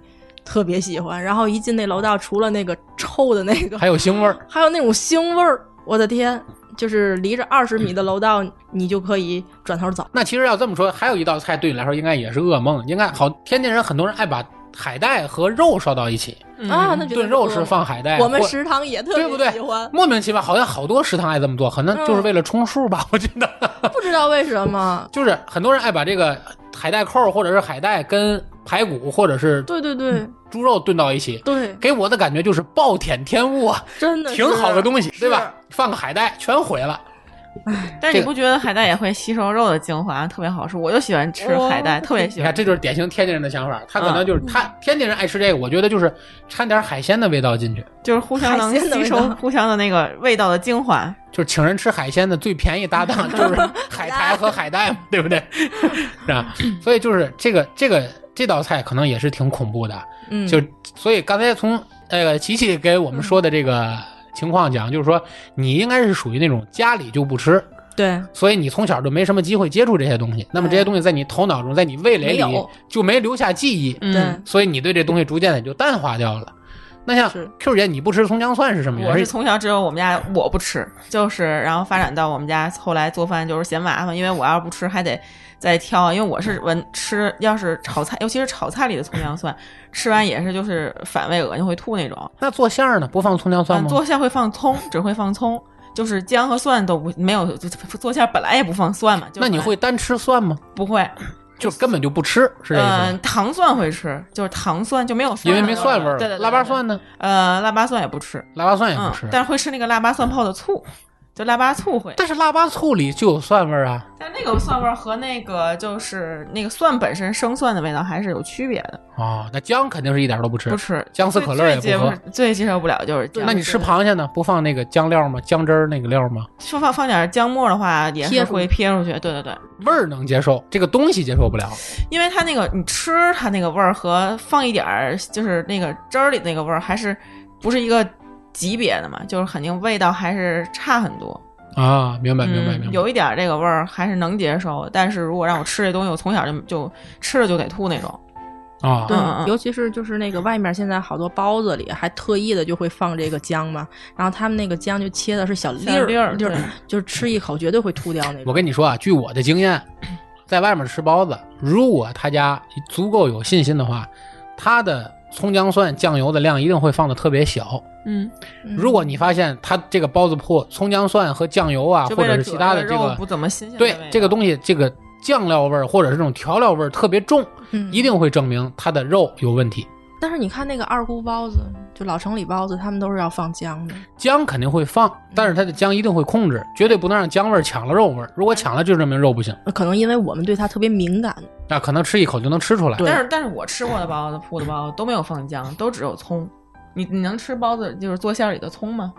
C: 特别喜欢。然后一进那楼道，除了那个臭的那个，
A: <laughs> 还有腥味儿，
C: 还有那种腥味儿，我的天！就是离着二十米的楼道，你就可以转头走。
A: 那其实要这么说，还有一道菜对你来说应该也是噩梦，应该好。天津人很多人爱把海带和肉烧到一起，
C: 啊
B: 嗯
C: 那绝
A: 嗯
C: 对
A: 炖肉
C: 不
A: 是
C: 饿
A: 放海带，
C: 我们
A: 或
C: 食堂也特
A: 对不对
C: 别喜欢，
A: <laughs> 莫名其妙，好像好多食堂爱这么做，可能就是为了充数吧。我觉得，
C: 不知道为什么。
A: 就是很多人爱把这个海带扣儿或者是海带跟排骨或者是
C: 对对对
A: 猪肉炖到一起，
C: 对，
A: 给我的感觉就是暴殄天物啊，
C: 真的
A: 挺
C: 是
A: 好的东西，对吧？
C: 是？
A: 放个海带全毁了。
B: 但
A: 这
B: 是
A: 个
B: 你不觉得海带也会吸收肉的精华，特别好吃？我就喜欢吃海带，特别喜
A: 你
B: 欢
A: 看，。这就是典型天津人的想法，他可能就是、他
C: 嗯
A: 天津人爱吃这个，我觉得就是掺点海鲜的味道进去，
B: 就是互相能
C: 海鲜的
B: 吸
C: 味
B: 收
C: 道
B: 互相的那个味道的精华。
A: 就是请人吃海鲜的最便宜搭档就是
C: <laughs>
A: 海苔和海带嘛，对不对？是吧？所以就是这个这个这道菜可能也是挺恐怖的，
C: 嗯，
A: 就所以刚才从呃琪琪给我们说的这个情况讲，就是说你应该是属于那种家里就不吃，
C: 对
A: 所以你从小就没什么机会接触这些东西。那么这
B: 哎
A: 些东西在你头脑中，在你味蕾
C: 没
A: 里
C: 有
A: 就没留下记忆，
C: 对
B: 嗯，
A: 所以你对这东西逐渐的就淡化掉了。那像
C: 是
A: Q 姐，你不吃葱姜蒜是什么
B: 嗯我
A: 原
B: 是
A: 因？
B: 从小只有我们家我不吃，就是然后发展到我们家后来做饭就是嫌麻烦，因为我要不吃还得再挑，因为我是闻吃要是炒菜，尤其是炒菜里的葱姜蒜，吃完也是就是反胃恶心会吐那种。
A: 那做馅儿呢？不放葱姜蒜
B: 嗯，
A: 吗？
B: 做馅会放葱，只会放葱，就是姜和蒜都不没有，就做馅本来也不放蒜嘛。就
A: 那你
B: 本来
A: 会单吃蒜吗？
B: 不会？
A: 就根本就不吃，是这意思
B: 嗯、
A: 吗？
B: 糖蒜会吃，就是糖蒜就没有蒜
A: 因
B: 的
A: 为
B: 味儿，
A: 没蒜味儿
B: 对对，对
A: 腊八，蒜呢？
B: 对呃，腊八蒜也不吃，
A: 腊八蒜也
B: 嗯
A: 不吃，，嗯
B: 但是会吃那个腊八蒜泡的醋，就腊八醋会。
A: 但是腊八醋里就有蒜味儿啊。
B: 但那个蒜味儿和那个就是那个蒜本身生蒜的味道还是有区别的，
A: 哦，那姜肯定是一点都不吃，
B: 不吃啊
A: 姜丝可乐也
B: 最接
A: 不喝。
B: 最接受不了就是姜。
A: 那你吃螃蟹呢？不放那个姜料吗？姜汁儿那个料吗？
B: 说放放点姜末的话，也
C: 撇
B: 是
C: 出
B: 会
C: 去
B: 撇出去。对对对，
A: 味儿能接受，这个东西接受不了。
B: 因为它那个你吃它那个味儿和放一点儿就是那个汁儿里那个味儿还是不是一个级别的嘛，就是肯定味道还是差很多。
A: 啊，明白明白
B: 嗯
A: 明白。
B: 有一点儿这个味儿还是能接受，但是如果让我吃这东西，我从小就就吃了就得吐那种。
A: 啊
C: 对
B: 嗯嗯，嗯
C: 尤其是就是那个外面现在好多包子里还特意的就会放这个姜嘛，然后他们那个姜就切的是小粒
B: 小
C: 儿
B: 粒儿
C: 就
B: 对
C: 是就是吃一口绝对会吐掉那
A: 我
C: 种。
A: 跟你说啊，据我的经验，在外面吃包子，如果他家足够有信心的话，他的葱姜蒜酱油的量一定会放的特别小。
B: 嗯，
C: 嗯
A: 如果你发现他这个包子铺葱姜蒜和酱油啊，
B: 就
A: 或
B: 为
A: 者
B: 了
A: 是
B: 褶
A: 其他的
B: 这
A: 这
B: 个肉
A: 个
B: 不怎么新鲜的味
A: 对
B: 道。
A: 这个东西，这个酱料味儿或者是这种调料味儿特别重，
C: 嗯
A: 一定会证明它的肉有问题。
C: 但是你看那个二姑包子，就老城里包子，他们都是要放姜的。
A: 姜肯定会放，
B: 嗯
A: 但是它的姜一定会控制，绝对不能让姜味儿抢了肉味儿。如
B: 嗯
A: 果抢了，就证明肉不行。
C: 呃可能因为我们对它特别敏感，
A: 那可能吃一口就能吃出来。
C: 对
B: 但是但是我吃过的包子铺的包子都没有放姜，都只有葱。你你能吃包子就是做馅儿里的葱吗？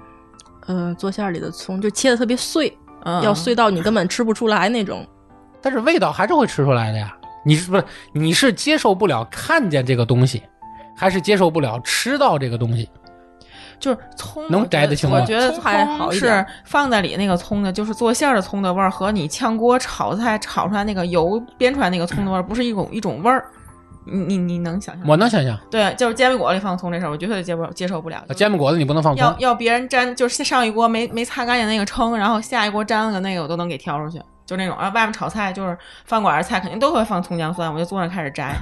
C: 呃，做馅儿里的葱就切的特别碎，
B: 嗯，
C: 要碎到你根本吃不出来那种。
A: 但是味道还是会吃出来的呀。你是不是你是接受不了看见这个东西，还是接受不了吃到这个东西？
B: 就是葱
A: 能
B: 我觉
A: 摘得清吗
B: 我觉得
C: 葱还好一点
B: 是放在里那个葱的，就是做馅儿的葱的味儿和你炝锅炒菜炒出来那个油煸出来那个葱的味儿不是一种一种味儿。你你你能想象吗？
A: 我能想象，
B: 对，就是煎饼果子里放葱这事儿，我绝对接不接受不了。
A: 啊煎饼果子你不能放葱
B: 要，要别人沾，就是上一锅没没擦干净那个称，然后下一锅沾了个那个，我都能给挑出去，就那种。啊，外面炒菜就是饭馆儿的菜肯定都会放葱姜蒜，我就坐那儿开始
A: <laughs>
B: 摘，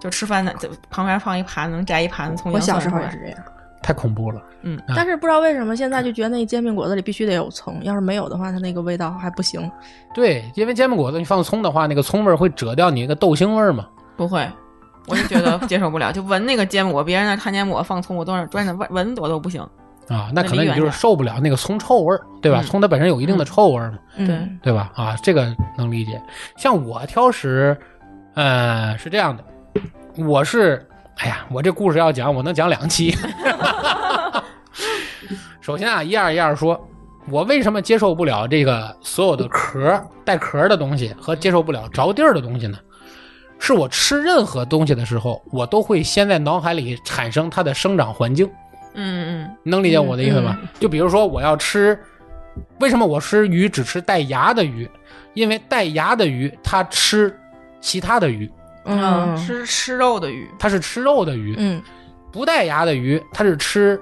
B: 就吃饭的就旁边放一盘，能摘一盘子葱
C: 我
B: 姜蒜。
C: 小时候也是，这样，
A: 太恐怖了。啊
C: 但是不知道为什么现在就觉得那煎饼果子里必须得有葱，要是没有的话，它那个味道还不行。
A: 对，因为煎饼果子你放葱的话，那个葱味儿会遮掉你那个豆腥味儿嘛。
B: 不会，我就觉得接受不了，就闻那个煎饼果，别人那儿摊煎饼果放葱，我都是专着闻闻我都不行。
A: 啊，那可能
B: 离
A: 你
B: 远
A: 就是
B: 点
A: 受不了那个葱臭味儿，对吧？
B: 嗯
A: 葱它本身有一定的臭味儿嘛，
C: 嗯、
B: 对
A: 对吧？啊，这个能理解。像我挑食，呃，是这样的，我是，哎呀，我这故事要讲，我能讲两期。 <laughs> 首先啊，一样一样说，我为什么接受不了这个所有的壳儿带壳儿的东西和接受不了着地儿的东西呢？是我吃任何东西的时候，我都会先在脑海里产生它的生长环境。
B: 嗯嗯
C: 嗯
A: 能理解我的意思吧？就比如说我要吃为什么我吃鱼只吃带牙的鱼？因为带牙的鱼它吃其他的鱼，
C: 嗯
B: 吃吃肉的鱼，
A: 它是吃肉的鱼；
C: 嗯
A: 不带牙的鱼，它是吃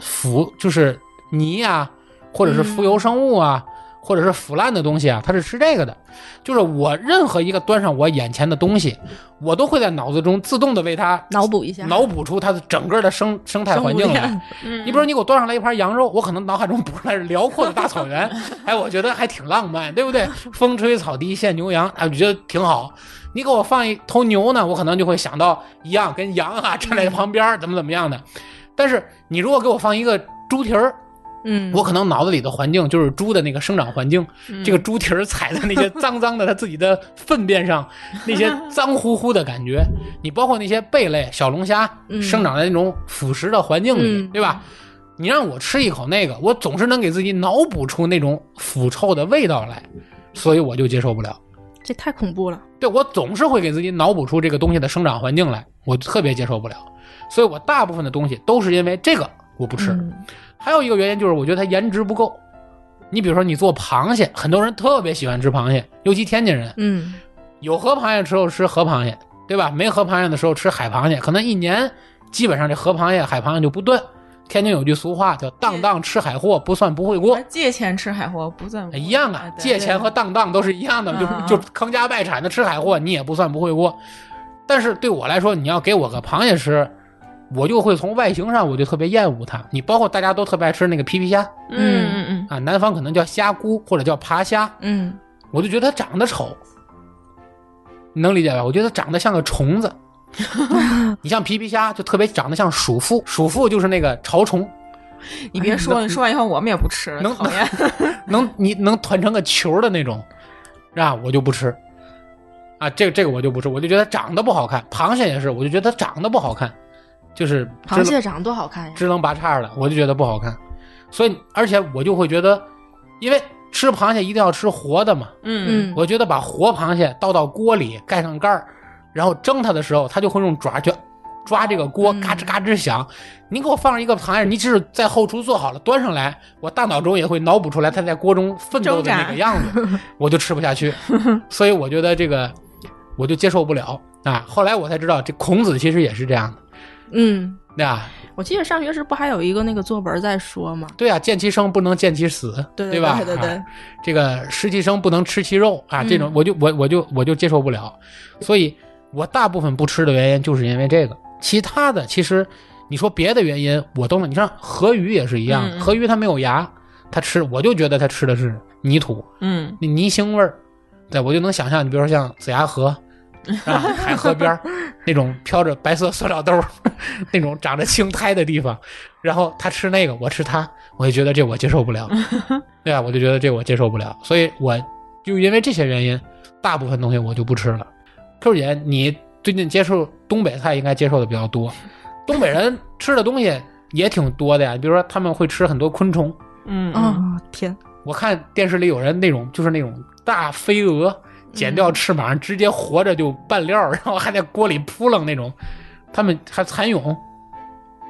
A: 腐，就是泥啊，或者是浮游生物
C: 嗯
A: 啊，或者是腐烂的东西啊，它是吃这个的。就是我任何一个端上我眼前的东西，我都会在脑子中自动的为它
C: 脑补一下，
A: 脑补出它的整个的生生态
C: 生
A: 环
C: 物
A: 境来
C: 链。
B: 嗯
A: 你比如你给我端上来一盘羊肉，我可能脑海中补出来是辽阔的大草原，哎，我觉得还挺浪漫，对不对？风吹草低见牛羊，哎，我觉得挺好。你给我放一头牛呢，我可能就会想到一样跟羊啊站在旁边儿怎么怎么样的。但是你如果给我放一个猪蹄儿，
C: <laughs> 嗯，
A: 我可能脑子里的环境就是猪的那个生长环境，
B: 嗯
A: 这个猪蹄儿踩在那些脏脏的它自己的粪便上，那
C: <laughs>
A: 些脏乎乎的感觉。你包括那些贝类、小龙虾
C: 嗯
A: 生长在那种腐蚀的环境里，
C: 嗯
A: 对吧？你让我吃一口那个，我总是能给自己脑补出那种腐臭的味道来，所以我就接受不了。
C: 这太恐怖了。
A: 对我总是会给自己脑补出这个东西的生长环境来，我特别接受不了。所以我大部分的东西都是因为这个我不吃。
C: 嗯
A: 还有一个原因就是，我觉得它颜值不够。你比如说，你做螃蟹，很多人特别喜欢吃螃蟹，尤其天津人，
C: 嗯
A: 有河螃蟹的时候吃河螃蟹，对吧？没河螃蟹的时候吃海螃蟹，可能一年基本上这河螃蟹、海螃蟹就不炖。天津有句俗话叫“当当吃海货，不算不会锅
B: 啊借钱吃海货不算”，
A: 一样啊，借钱和当当都是一样的，
B: 哎嗯
A: 就就坑家败产的吃海货，你也不算不会锅。但是对我来说，你要给我个螃蟹吃，我就会从外形上我就特别厌恶它。你包括大家都特别爱吃那个皮皮虾，
B: 嗯嗯
A: 啊，南方可能叫虾菇或者叫爬虾，
C: 嗯
A: 我就觉得它长得丑，你能理解吧？我觉得它长得像个虫子。你像皮皮虾就特别长得像鼠妇，鼠妇就是那个潮虫，
B: 嗯， <laughs> 你
A: <laughs>
B: 别说了，说完以后我们也不吃了，
A: 能
B: 讨厌。
A: 能你能团成个球的那种，是吧？我就不吃，啊，这个这个我就不吃，我就觉得它长得不好看。螃蟹也是，我就觉得它长得不好看，就是
C: 螃蟹长得多好看呀！
A: 支棱拔叉的，我就觉得不好看。所以，而且我就会觉得，因为吃螃蟹一定要吃活的嘛，
B: <laughs> 嗯，
A: 我觉得把活螃蟹倒到锅里，盖上盖儿，然后蒸它的时候，它就会用爪去抓这个锅，
C: 嗯
A: 嘎吱嘎吱响。你给我放上一个螃蟹，你即使在后厨做好了端上来，我大脑中也会脑补出来它在锅中奋斗的那个样
C: <laughs>
A: 子，我就吃不下去。所以我觉得这个我就接受不了啊。后来我才知道，这孔子其实也是这样的，
C: 嗯，
A: 对吧？
C: 我记得上学时不还有一个那个作文在说吗？
A: 对啊，见其生不能见其死，
C: 对
A: 吧？
C: 对对
A: 啊
C: 对，
A: 这个吃其生不能吃其肉啊，这种
C: 嗯
A: 我就我我就我就接受不了，所以我大部分不吃的原因就是因为这个，其他的其实你说别的原因我都能，你像河鱼也是一样，
B: 嗯嗯
A: 河鱼它没有牙，它吃我就觉得它吃的是泥土，
B: 嗯
A: 那泥腥味儿，对我就能想象，你比如说像子牙河。啊，海河边儿那种飘着白色塑料兜儿，那种长着青苔的地方，然后他吃那个，我吃它，我就觉得这我接受不了，对啊，我就觉得这我接受不了，所以我就因为这些原因，大部分东西我就不吃了。Q 姐，你最近接触东北菜，应该接受的比较多，东北人吃的东西也挺多的呀，比如说他们会吃很多昆虫，
B: 嗯嗯，
C: 哦天，
A: 我看电视里有人那种就是那种大飞蛾，
C: 嗯
A: 剪掉翅膀直接活着就拌料儿，然后还在锅里扑棱那种，他们还蚕蛹，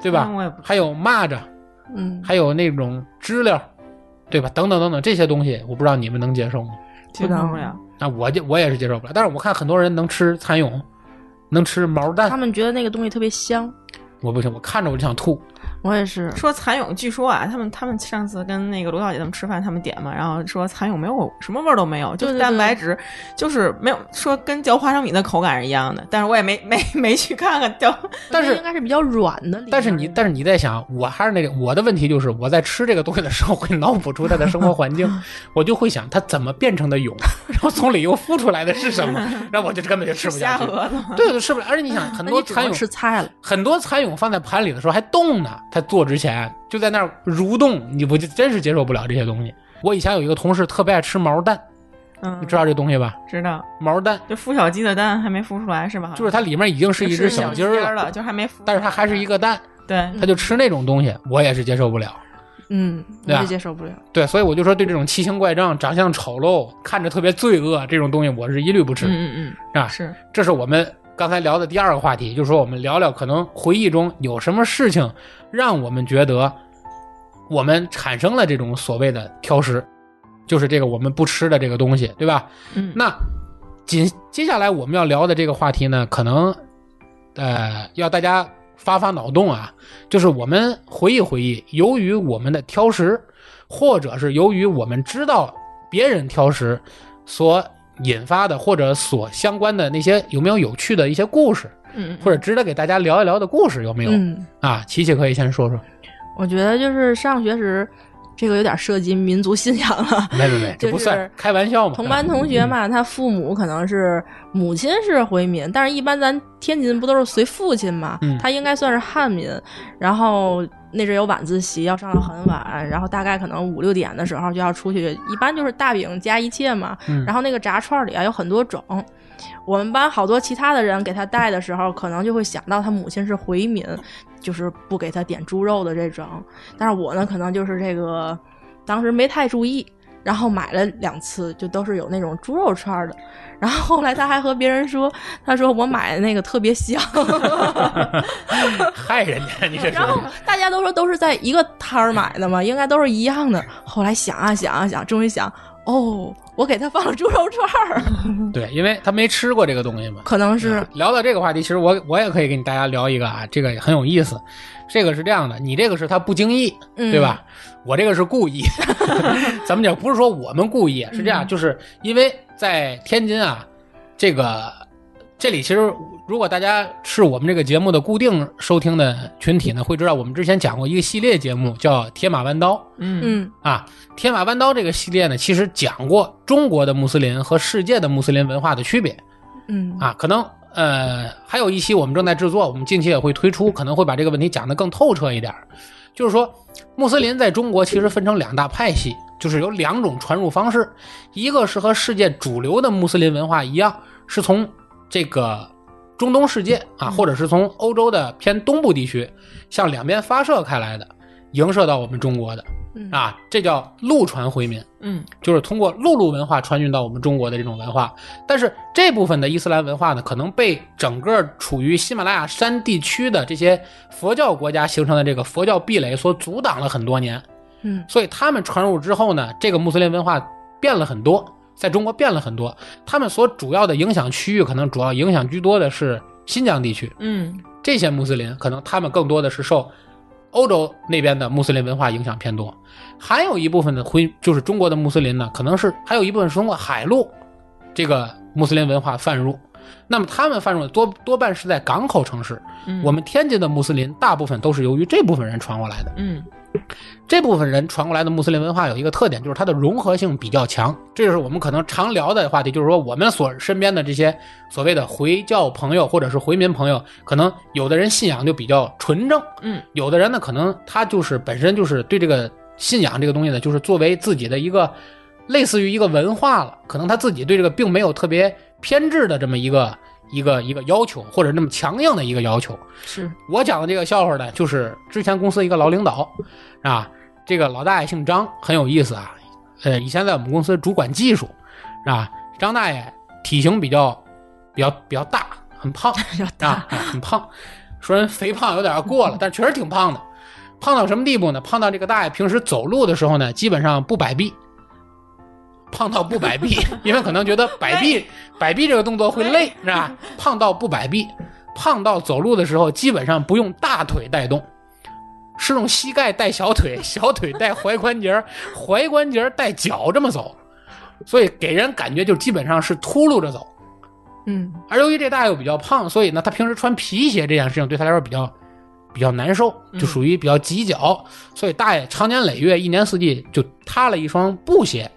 A: 对吧？
B: 那我也不
A: 还有蚂蚱，
C: 嗯，
A: 还有那种知了，对吧？等等等等这些东西，我不知道你们能接受吗？
B: 接受不了。
A: 那我就我也是接受不了，但是我看很多人能吃蚕蛹，能吃毛
C: 他
A: 蛋，
C: 们觉得那个东西特别香，
A: 我不行，我看着我就想吐。
C: 我也是。
B: 说蚕蛹，据说啊，他们他们上次跟那个罗小姐他们吃饭，他们点嘛，然后说蚕蛹没有什么味儿都没有，就
C: 对
B: 是
C: 对
B: 蛋
C: 对
B: 白质，就是没有说跟嚼花生米的口感是一样的，但是我也没没没去看看嚼，
A: 但
C: 我觉得
A: 是
C: 应该是比较软的里面儿。
A: 但是你，但是你在想，我还是那个，我的问题就是我在吃这个东西的时候会脑补出它的生活环
C: <laughs>
A: 境，我就会想它怎么变成的蛹， <laughs> 然后从里又孵出来的是什么，
C: <laughs>
A: 然后我就根本就吃不下
B: 虾
A: 去。
B: 蛾子嘛，
A: 对的，是不是？而且你想，很
C: 那
A: 多
C: 你只
A: 蚕
C: 能
A: 蛹
C: 吃，菜了。
A: 很多蚕蛹放在盘里的时候还动呢，它做之前就在那儿蠕动，你我就真是接受不了这些东西。我以前有一个同事特别爱吃毛蛋，
B: 嗯，
A: 你知道这东西吧？
B: 知道，
A: 毛蛋
B: 就孵小鸡的蛋还没孵出来是吧？
A: 就是它里面已经是一只
B: 是
A: 小
B: 小
A: 鸡
B: 儿
A: 儿了，
B: 就还没孵，
A: 但是它还是一个蛋，
B: 对，
A: 它就吃那种东西，我也是接受不了。
C: 嗯，我
A: 对啊
C: 也接受不了。
A: 对，所以我就说，对这种奇形怪状、长相丑陋、看着特别罪恶这种东西，我是一律不吃。
B: 嗯嗯
A: 啊
B: 嗯，是，
A: 这是我们刚才聊的第二个话题，就是说我们聊聊可能回忆中有什么事情让我们觉得我们产生了这种所谓的挑食，就是这个我们不吃的这个东西，对吧？
B: 嗯，
A: 那紧接下来我们要聊的这个话题呢，可能呃要大家发发脑洞啊，就是我们回忆回忆，由于我们的挑食，或者是由于我们知道别人挑食所引发的或者所相关的那些有没有有趣的一些故事，
B: 嗯，
A: 或者值得给大家聊一聊的故事有没有、
C: 嗯，
A: 啊？琪琪可以先
C: <laughs>
A: 说说，
C: 我觉得就是上学时，这个有点涉及民族信仰了。
A: 没没没，这不算、
C: 就是
A: 开玩笑嘛，
C: 同班同学嘛，他父母可能是母亲是回民，但是一般咱天津不都是随父亲嘛
A: 嗯，
C: 他应该算是汉民。然后那阵有晚自习，要上到很晚，然后大概可能五六点的时候就要出去，一般就是大饼加一切嘛。
A: 嗯
C: 然后那个炸串里啊有很多种，我们班好多其他的人给他带的时候，可能就会想到他母亲是回民，就是不给他点猪肉的这种。但是我呢，可能就是这个当时没太注意，然后买了两次，就都是有那种猪肉串儿的。然后后来他还和别人说，他说我买的那个特别香， <laughs>
A: 嗯害人家，你这是
C: 然后大家都说都是在一个摊儿买的嘛，应该都是一样的。后来想啊想啊想，终于想，哦，我给他放了猪肉串儿， <laughs>
A: 对，因为他没吃过这个东西嘛。
C: 可能嗯是
A: 聊到这个话题，其实我我也可以跟大家聊一个啊，这个也很有意思。这个是这样的，你这个是他不经意，
C: 嗯
A: 对吧？我这个是故
C: <laughs>
A: 意。咱们讲不是说我们故意，是这样，
C: 嗯
A: 就是因为在天津啊，这个这里其实如果大家是我们这个节目的固定收听的群体呢，会知道我们之前讲过一个系列节目叫《铁马弯刀》。
B: 嗯
C: 嗯
A: 啊，《天马弯刀》这个系列呢，其实讲过中国的穆斯林和世界的穆斯林文化的区别。
C: 嗯
A: 啊，可能呃还有一期我们正在制作，我们近期也会推出，可能会把这个问题讲得更透彻一点儿。就是说，穆斯林在中国其实分成两大派系，就是有两种传入方式，一个是和世界主流的穆斯林文化一样，是从这个中东世界
C: 嗯
A: 啊，或者是从欧洲的偏东部地区向两边发射开来的，迎射到我们中国的
C: 嗯
A: 啊，这叫陆传回民。
B: 嗯
A: 就是通过陆路文化传运到我们中国的这种文化。但是这部分的伊斯兰文化呢，可能被整个处于喜马拉雅山地区的这些佛教国家形成的这个佛教壁垒所阻挡了很多年。
C: 嗯
A: 所以他们传入之后呢，这个穆斯林文化变了很多，在中国变了很多。他们所主要的影响区域，可能主要影响居多的是新疆地区。
B: 嗯
A: 这些穆斯林，可能他们更多的是受欧洲那边的穆斯林文化影响偏多，还有一部分的回就是中国的穆斯林呢，可能是还有一部分是通过海路这个穆斯林文化泛入。那么他们泛入的多多半是在港口城市，
B: 嗯，
A: 我们天津的穆斯林大部分都是由于这部分人传过来的。
B: 嗯
A: 这部分人传过来的穆斯林文化有一个特点，就是它的融合性比较强。这就是我们可能常聊的话题，就是说我们所身边的这些所谓的回教朋友或者是回民朋友，可能有的人信仰就比较纯正，
B: 嗯，
A: 有的人呢可能他就是本身就是对这个信仰这个东西呢，就是作为自己的一个类似于一个文化了，可能他自己对这个并没有特别偏执的这么一个一个一个要求，或者那么强硬的一个要求。
B: 是
A: 我讲的这个笑话呢，就是之前公司一个老领导，啊，这个老大爷姓张，很有意思啊。呃，以前在我们公司主管技术，啊，张大爷体型比较比较比较大，很胖
C: 比较大
A: 啊，哎很胖。说人肥胖有点过了，但确实挺胖的。胖到什么地步呢？胖到这个大爷平时走路的时候呢，基本上不摆臂。胖到不摆臂，因为可能觉得摆臂摆臂这个动作会累，是吧？胖到不摆臂，胖到走路的时候基本上不用大腿带动，是用膝盖带小腿，小腿带踝关节，踝关节带脚这么走，所以给人感觉就基本上是秃噜着走。
C: 嗯
A: 而由于这大爷又比较胖，所以呢，他平时穿皮鞋这件事情对他来说比较比较难受，
B: 嗯
A: 就属于比较挤脚，所以大爷长年累月、一年四季就踏了一双布鞋，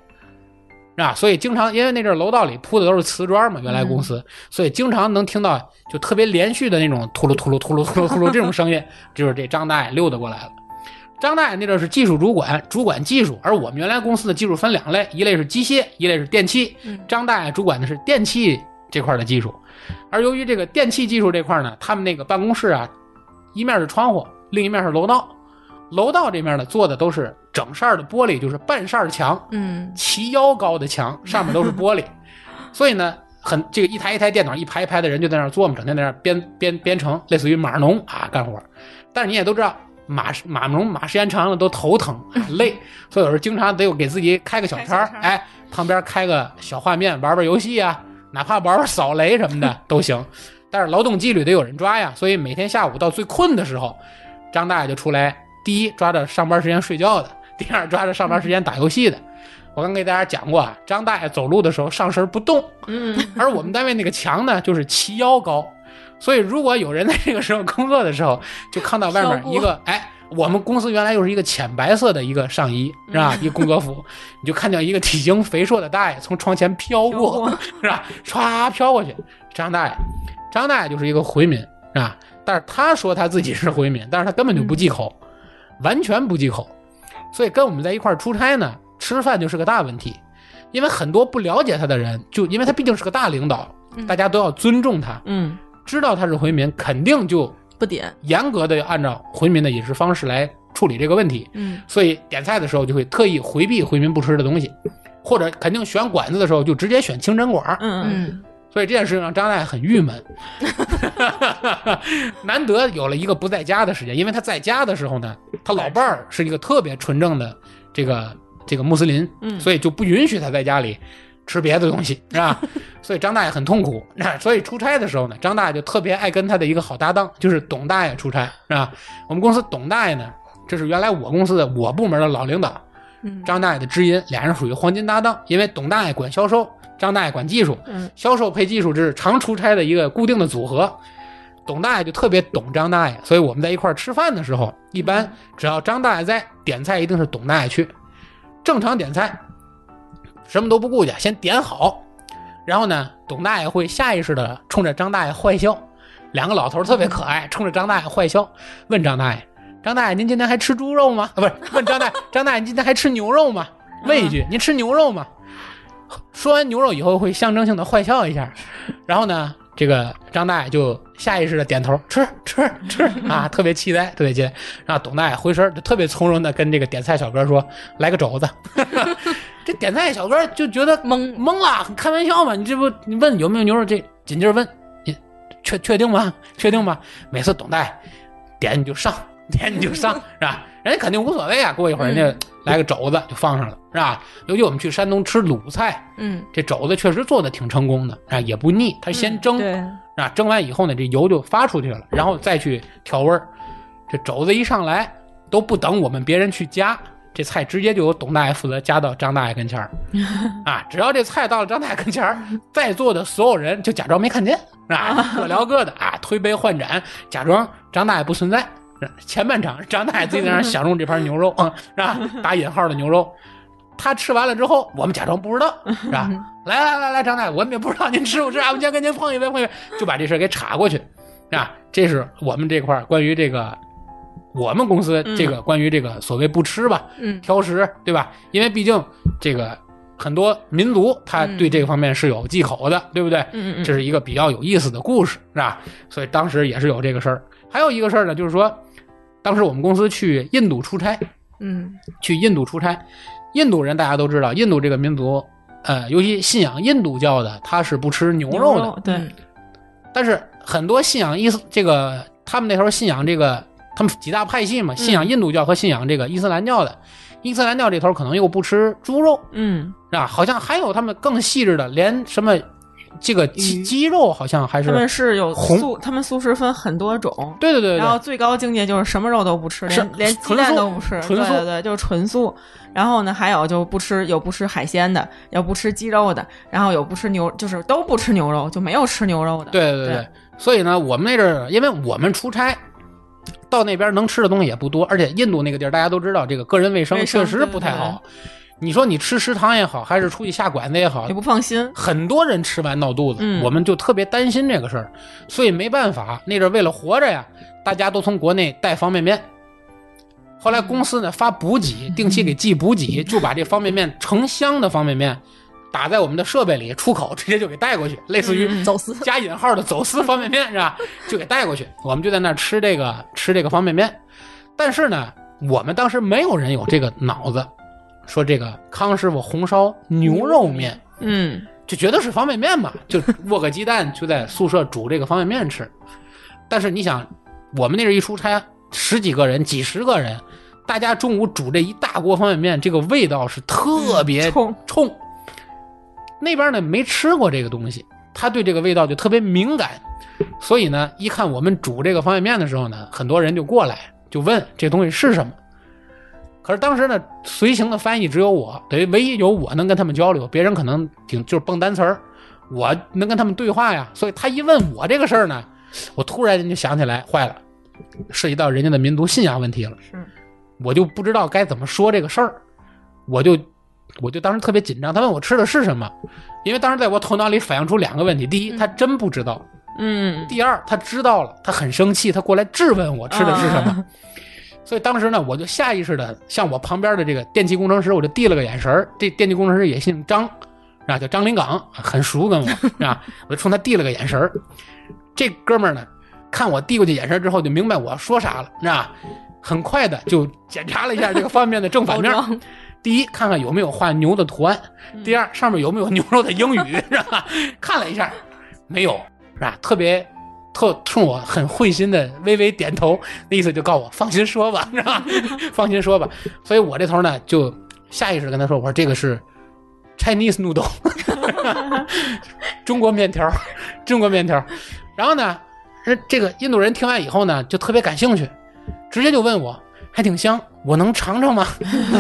A: 是吧？所以经常因为那阵儿楼道里铺的都是瓷砖嘛，原来公司，所以经常能听到就特别连续的那种秃噜秃噜秃噜秃噜秃噜这种声音，就是这张大爷溜达过来了。张大爷那阵儿是技术主管，主管技术，而我们原来公司的技术分两类，一类是机械，一类是电器。
C: 嗯
A: 张大爷主管的是电器这块儿的技术，而由于这个电器技术这块儿呢，他们那个办公室啊，一面是窗户，另一面是楼道，楼道这面呢做的都是整扇儿的玻璃，就是半扇儿墙，
C: 嗯
A: 齐腰高的 <laughs> 墙，上面都是玻璃，所以呢，很这个一台一台电脑，一排一排的人就在那儿琢磨，整天在那儿编编编程，类似于码农啊干活儿。但是你也都知道，马马龙马时间长了都头 <laughs> 疼累，所以有时候经常得有给自己开个小差儿
B: 开小，差
A: 哎，旁边开个小画面玩玩游戏啊，哪怕玩玩扫雷什么 <laughs> 的都行。但是劳动纪律得有人抓呀，所以每天下午到最困的时候，张大爷就出来，第一抓着上班时间睡觉的，第二抓着上班时间打游戏的。我刚给大家讲过啊，张大爷走路的时候上身不 <laughs> 动，
B: 嗯，
A: 而我们单位那个墙呢，就是齐腰高，所以如果有人在这个时候工作的时候，就看到外
B: 飘
A: 面
B: 过
A: 一 <laughs> 个哎。我们公司原来又是一个浅白色的一个上衣，是吧？一个工作服，你就看见一个体型肥硕的大爷从窗前飘
B: 飘
A: 过，
B: 过
A: <laughs> 是吧？唰飘过去，张大爷，张大爷就是一个回民，是吧？但是他说他自己是回民，但是他根本就不忌口，完全不忌口，所以跟我们在一块儿出差呢，吃饭就是个大问题，因为很多不了解他的人，就因为他毕竟是个大领导，大家都要尊重他，
B: 嗯，
A: 知道他是回民，肯定就
C: 不点，
A: 严格的按照回民的饮食方式来处理这个问题。
B: 嗯，
A: 所以点菜的时候就会特意回避回民不吃的东西，或者肯定选馆子的时候就直接选清真馆儿。
B: 嗯
C: 嗯，
A: 所以这件事情让张大爷很郁闷，难得有了一个不在家的时间，因为他在家的时候呢，他老伴儿是一个特别纯正的这个这个穆斯林，
B: 嗯
A: 所以就不允许他在家里吃别的东西，是吧？所以张大爷很痛苦。 <laughs> 那所以出差的时候呢，张大爷就特别爱跟他的一个好搭档，就是董大爷出差，是吧？我们公司董大爷呢，这是原来我公司的我部门的老领导，
C: 嗯
A: 张大爷的知音，俩人属于黄金搭档，因为董大爷管销售，张大爷管技术，
B: 嗯
A: 销售配技术这是常出差的一个固定的组合。董大爷就特别懂张大爷，所以我们在一块儿吃饭的时候，一般只要张大爷在点菜，一定是董大爷去。正常点菜，什么都不顾忌，先点好。然后呢，董大爷会下意识的冲着张大爷坏笑。两个老头儿特别可爱，冲着张大爷坏笑，问张大爷：“张大爷，您今天还吃猪肉吗？”啊，不是，问张大爷：“张大爷，您今天还吃牛肉吗？”问一句：“您吃牛肉吗？”说完牛肉以后，会象征性的坏笑一下，然后呢，这个张大爷就下意识的点头，吃吃吃 <laughs> 啊，特别期待，特别期待。然后董大爷回身就特别从容的跟这个点菜小哥说：“来个肘子。” <laughs> 这点菜小哥就觉得
C: 懵
A: 懵了，开玩笑嘛，你这不你问有没有牛肉，这紧劲儿问，你确确定吗？确定吗？每次董大爷点你就上， <laughs> 点你就上，是吧？人家肯定无所谓啊，过一会儿人家来个肘子就放上了，是吧？尤其我们去山东吃鲁菜，
C: 嗯，
A: 这肘子确实做的挺成功的啊，也不腻。它先蒸、
C: 对，
A: 啊，蒸完以后呢，这油就发出去了，然后再去调味儿。这肘子一上来都不等我们别人去夹，这菜直接就由董大爷负责夹到张大爷跟前儿啊。只要这菜到了张大爷跟前儿，在座的所有人就假装没看见啊，各聊各的啊，推杯换盏，假装张大爷不存在。啊前半场张大爷自己在那儿享用这盘牛肉，嗯，是吧？打引号的牛肉。他吃完了之后，我们假装不
B: <laughs>
A: 知道，是吧？来来来来，张大爷，我们也不知道您吃不吃啊，我们先跟您碰一杯，碰一杯，就把这事儿给岔过去，是吧？这是我们这块儿关于这个我们公
B: 嗯
A: 司这个关于这个所谓不吃吧，
C: 嗯
A: 挑食，对吧？因为毕竟这个很多民族他对这个方面是有忌口的，对不对？
B: 嗯
A: 这是一个比较有意思的故事，是吧？所以当时也是有这个事儿。还有一个事儿呢，就是说，当时我们公司去印度出差，
C: 嗯
A: 去印度出差。印度人大家都知道，印度这个民族，呃，尤其信仰印度教的，他是不吃牛肉的。
B: 对，
C: 嗯
A: 但是很多信仰伊斯这个，他们那时候信仰这个，他们几大派系嘛，
B: 嗯
A: 信仰印度教和信仰这个伊斯兰教的。伊斯兰教这头可能又不吃猪肉，
B: 嗯
A: 是吧？好像还有他们更细致的，连什么这个鸡
B: 鱼
A: 鸡肉好像还是
B: 他们是有
A: 红
B: 素，他们素食分很多种。
A: 对对对对
B: 然后
A: 对，
B: 最高境界就是什么肉都不吃，
A: 是
B: 连连鸡
A: 纯
B: 蛋
A: 素
B: 都不吃，
A: 纯素
B: 对对对，就是纯素。然后呢，还有就不吃，有不吃海鲜的，有不吃鸡肉的，然后有不吃牛，就是都不吃牛肉，就没有吃牛肉的。，
A: 对对对
B: 对
A: 对。所以呢，我们那阵儿，因为我们出差。到那边能吃的东西也不多，而且印度那个地儿大家都知道，这个个人卫生
B: 卫生
A: 确实不太好。你说你吃食堂也好，还是出去下馆子也好
B: 也，不放心。
A: 很多人吃完闹肚子，
B: 嗯
A: 我们就特别担心这个事儿，所以没办法，那阵儿为了活着呀，大家都从国内带方便面。后来公司呢发补给，定期给寄补给，就把这方便面成箱的方便面打在我们的设备里，出口直接就给带过去，类似于
B: 嗯
C: 走私，
A: 加引号的走私方便面是吧？就给带过去，我们就在那儿吃这个吃这个方便面。但是呢，我们当时没有人有这个脑子，说这个康师傅红烧牛肉面
B: 嗯，
A: 就觉得是方便面嘛，就握个鸡蛋就在宿舍煮这个方便面吃。但是你想，我们那阵一出差，十几个人、几十个人，大家中午煮这一大锅方便面，这个味道是特别
B: 冲
A: 冲。那边呢没吃过这个东西，他对这个味道就特别敏感，所以呢，一看我们煮这个方便面的时候呢，很多人就过来就问这东西是什么。可是当时呢，随行的翻译只有我，等于唯一有我能跟他们交流，别人可能顶就是蹦单词儿，我能跟他们对话呀。所以他一问我这个事儿呢，我突然间就想起来，坏了，涉及到人家的民族信仰问题了。
B: 是
A: 我就不知道该怎么说这个事儿，我就我就当时特别紧张。他问我吃的是什么，因为当时在我头脑里反映出两个问题：第一，
B: 嗯
A: 他真不知道；
B: 嗯，
A: 第二，他知道了，他很生气，他过来质问我吃的是什么。
B: 啊？
A: <laughs> 所以当时呢，我就下意识的向我旁边的这个电气工程师，我就递了个眼神儿。这电气工程师也姓张，啊，叫张林岗，很熟跟我啊，我就冲他递了个眼神儿。这哥们儿呢，看我递过去眼神儿之后，就明白我说啥了，是吧？很快的就检查了一下这个方便面的正反
B: 包
A: 面儿，
B: 装
A: 第一，看看有没有画牛的图案；第二，上面有没有牛肉的英语，是吧？看了一下，没有，是吧？特别特冲我很会心的微微点头，那意思就告我放心说吧，是吧？ <laughs> 放心说吧。所以我这头呢，就下意识地跟他说，我说这个是 Chinese <laughs> noodle，中国面条儿，中国面条儿。然后呢，这这个印度人听完以后呢，就特别感兴趣，直接就问我，还挺香，我能尝尝吗？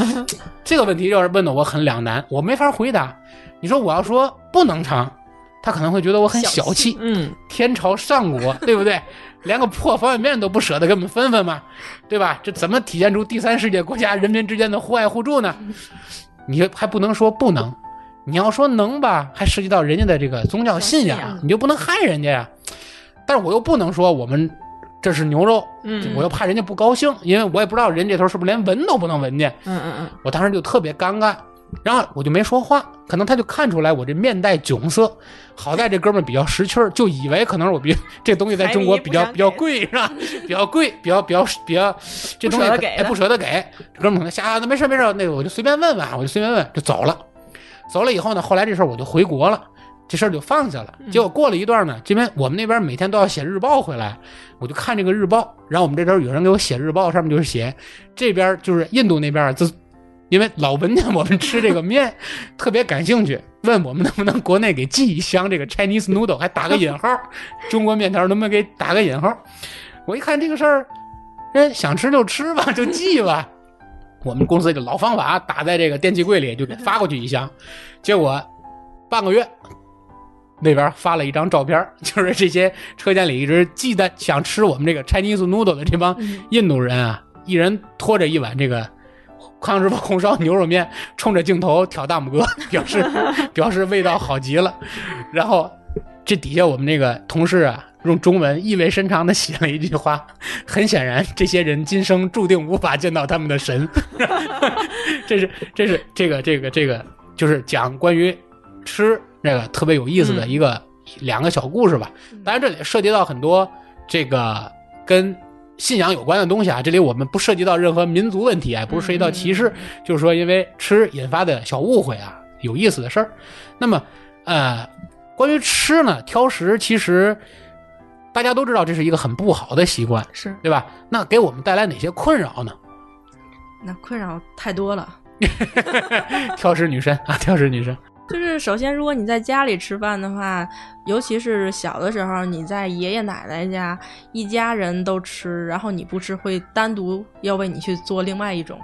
A: <laughs> 这个问题要是问的我很两难，我没法回答。你说我要说不能尝，他可能会觉得我很小气。
B: 嗯，
A: 天朝上国，对不对？连个破方便面都不舍得给我们分分嘛，对吧？这怎么体现出第三世界国家人民之间的互爱互助呢？你还不能说不能，你要说能吧，还涉及到人家的这个宗教信
B: 信仰
A: 仰，你就不能害人家呀。但是我又不能说我们这是牛肉，
B: 嗯
A: 我又怕人家不高兴，因为我也不知道人这头是不是连闻都不能闻见。
B: 嗯嗯
A: 我当时就特别尴尬，然后我就没说话，可能他就看出来我这面带窘色。好在这哥们儿比较识趣儿，就以为可能是我比 <laughs> 这东西在中国比较
B: 财
A: 比
B: 迷不想给
A: 较贵是
B: <laughs>
A: 吧？比较贵，比较比较比较这东西
B: 不舍得给
A: 哎不舍得给。这哥们儿可能瞎，那没事没事，那个我就随便问问啊，我就随便问就走了。走了以后呢，后来这事儿我就回国了。这事儿就放下了。
B: 嗯
A: 结果过了一段呢，这边我们那边每天都要写日报回来，我就看这个日报，然后我们这边有人给我写日报，上面就是写这边就是印度那边啊，自因为老闻见我们吃这个面，特别感兴趣，问我们能不能国内给寄一箱这个 Chinese noodle，还打个引号，中国面条能不能给打个引号？我一看这个事儿，人哎想吃就吃吧， <laughs> 就寄吧。我们公司这老方法打在这个电器柜里，就给发过去一箱，结果半个月那边发了一张照片儿，就是这些车间里一直记得想吃我们这个 Chinese noodle 的这帮印度人啊，一人拖着一碗这个康师傅红烧牛肉面，冲着镜头挑大拇哥， <laughs> 表示表示味道好极了。然后这底下我们那个同事啊，用中文意味深长的写了一句话，很显然这些人今生注定无法见到他们的神。 <laughs> 这是这是这个这个这个就是讲关于吃这个特别有意思的一个、两个小故事吧。当然，这里涉及到很多这个跟信仰有关的东西啊。这里我们不涉及到任何民族问题
C: 嗯
A: 啊，也不是涉及到歧视，就是说因为吃引发的小误会啊，有意思的事儿。那么，呃，关于吃呢，挑食其实大家都知道这是一个很不好的习惯，
B: 是
A: 对吧？那给我们带来哪些困扰
C: <laughs>
A: 呢？
C: 那困扰太多了。
A: 挑食女神啊，挑食女神，
C: 就是首先，如果你在家里吃饭的话，尤其是小的时候，你在爷爷奶奶家一家人都吃，然后你不吃，会单独要为你去做另外一种，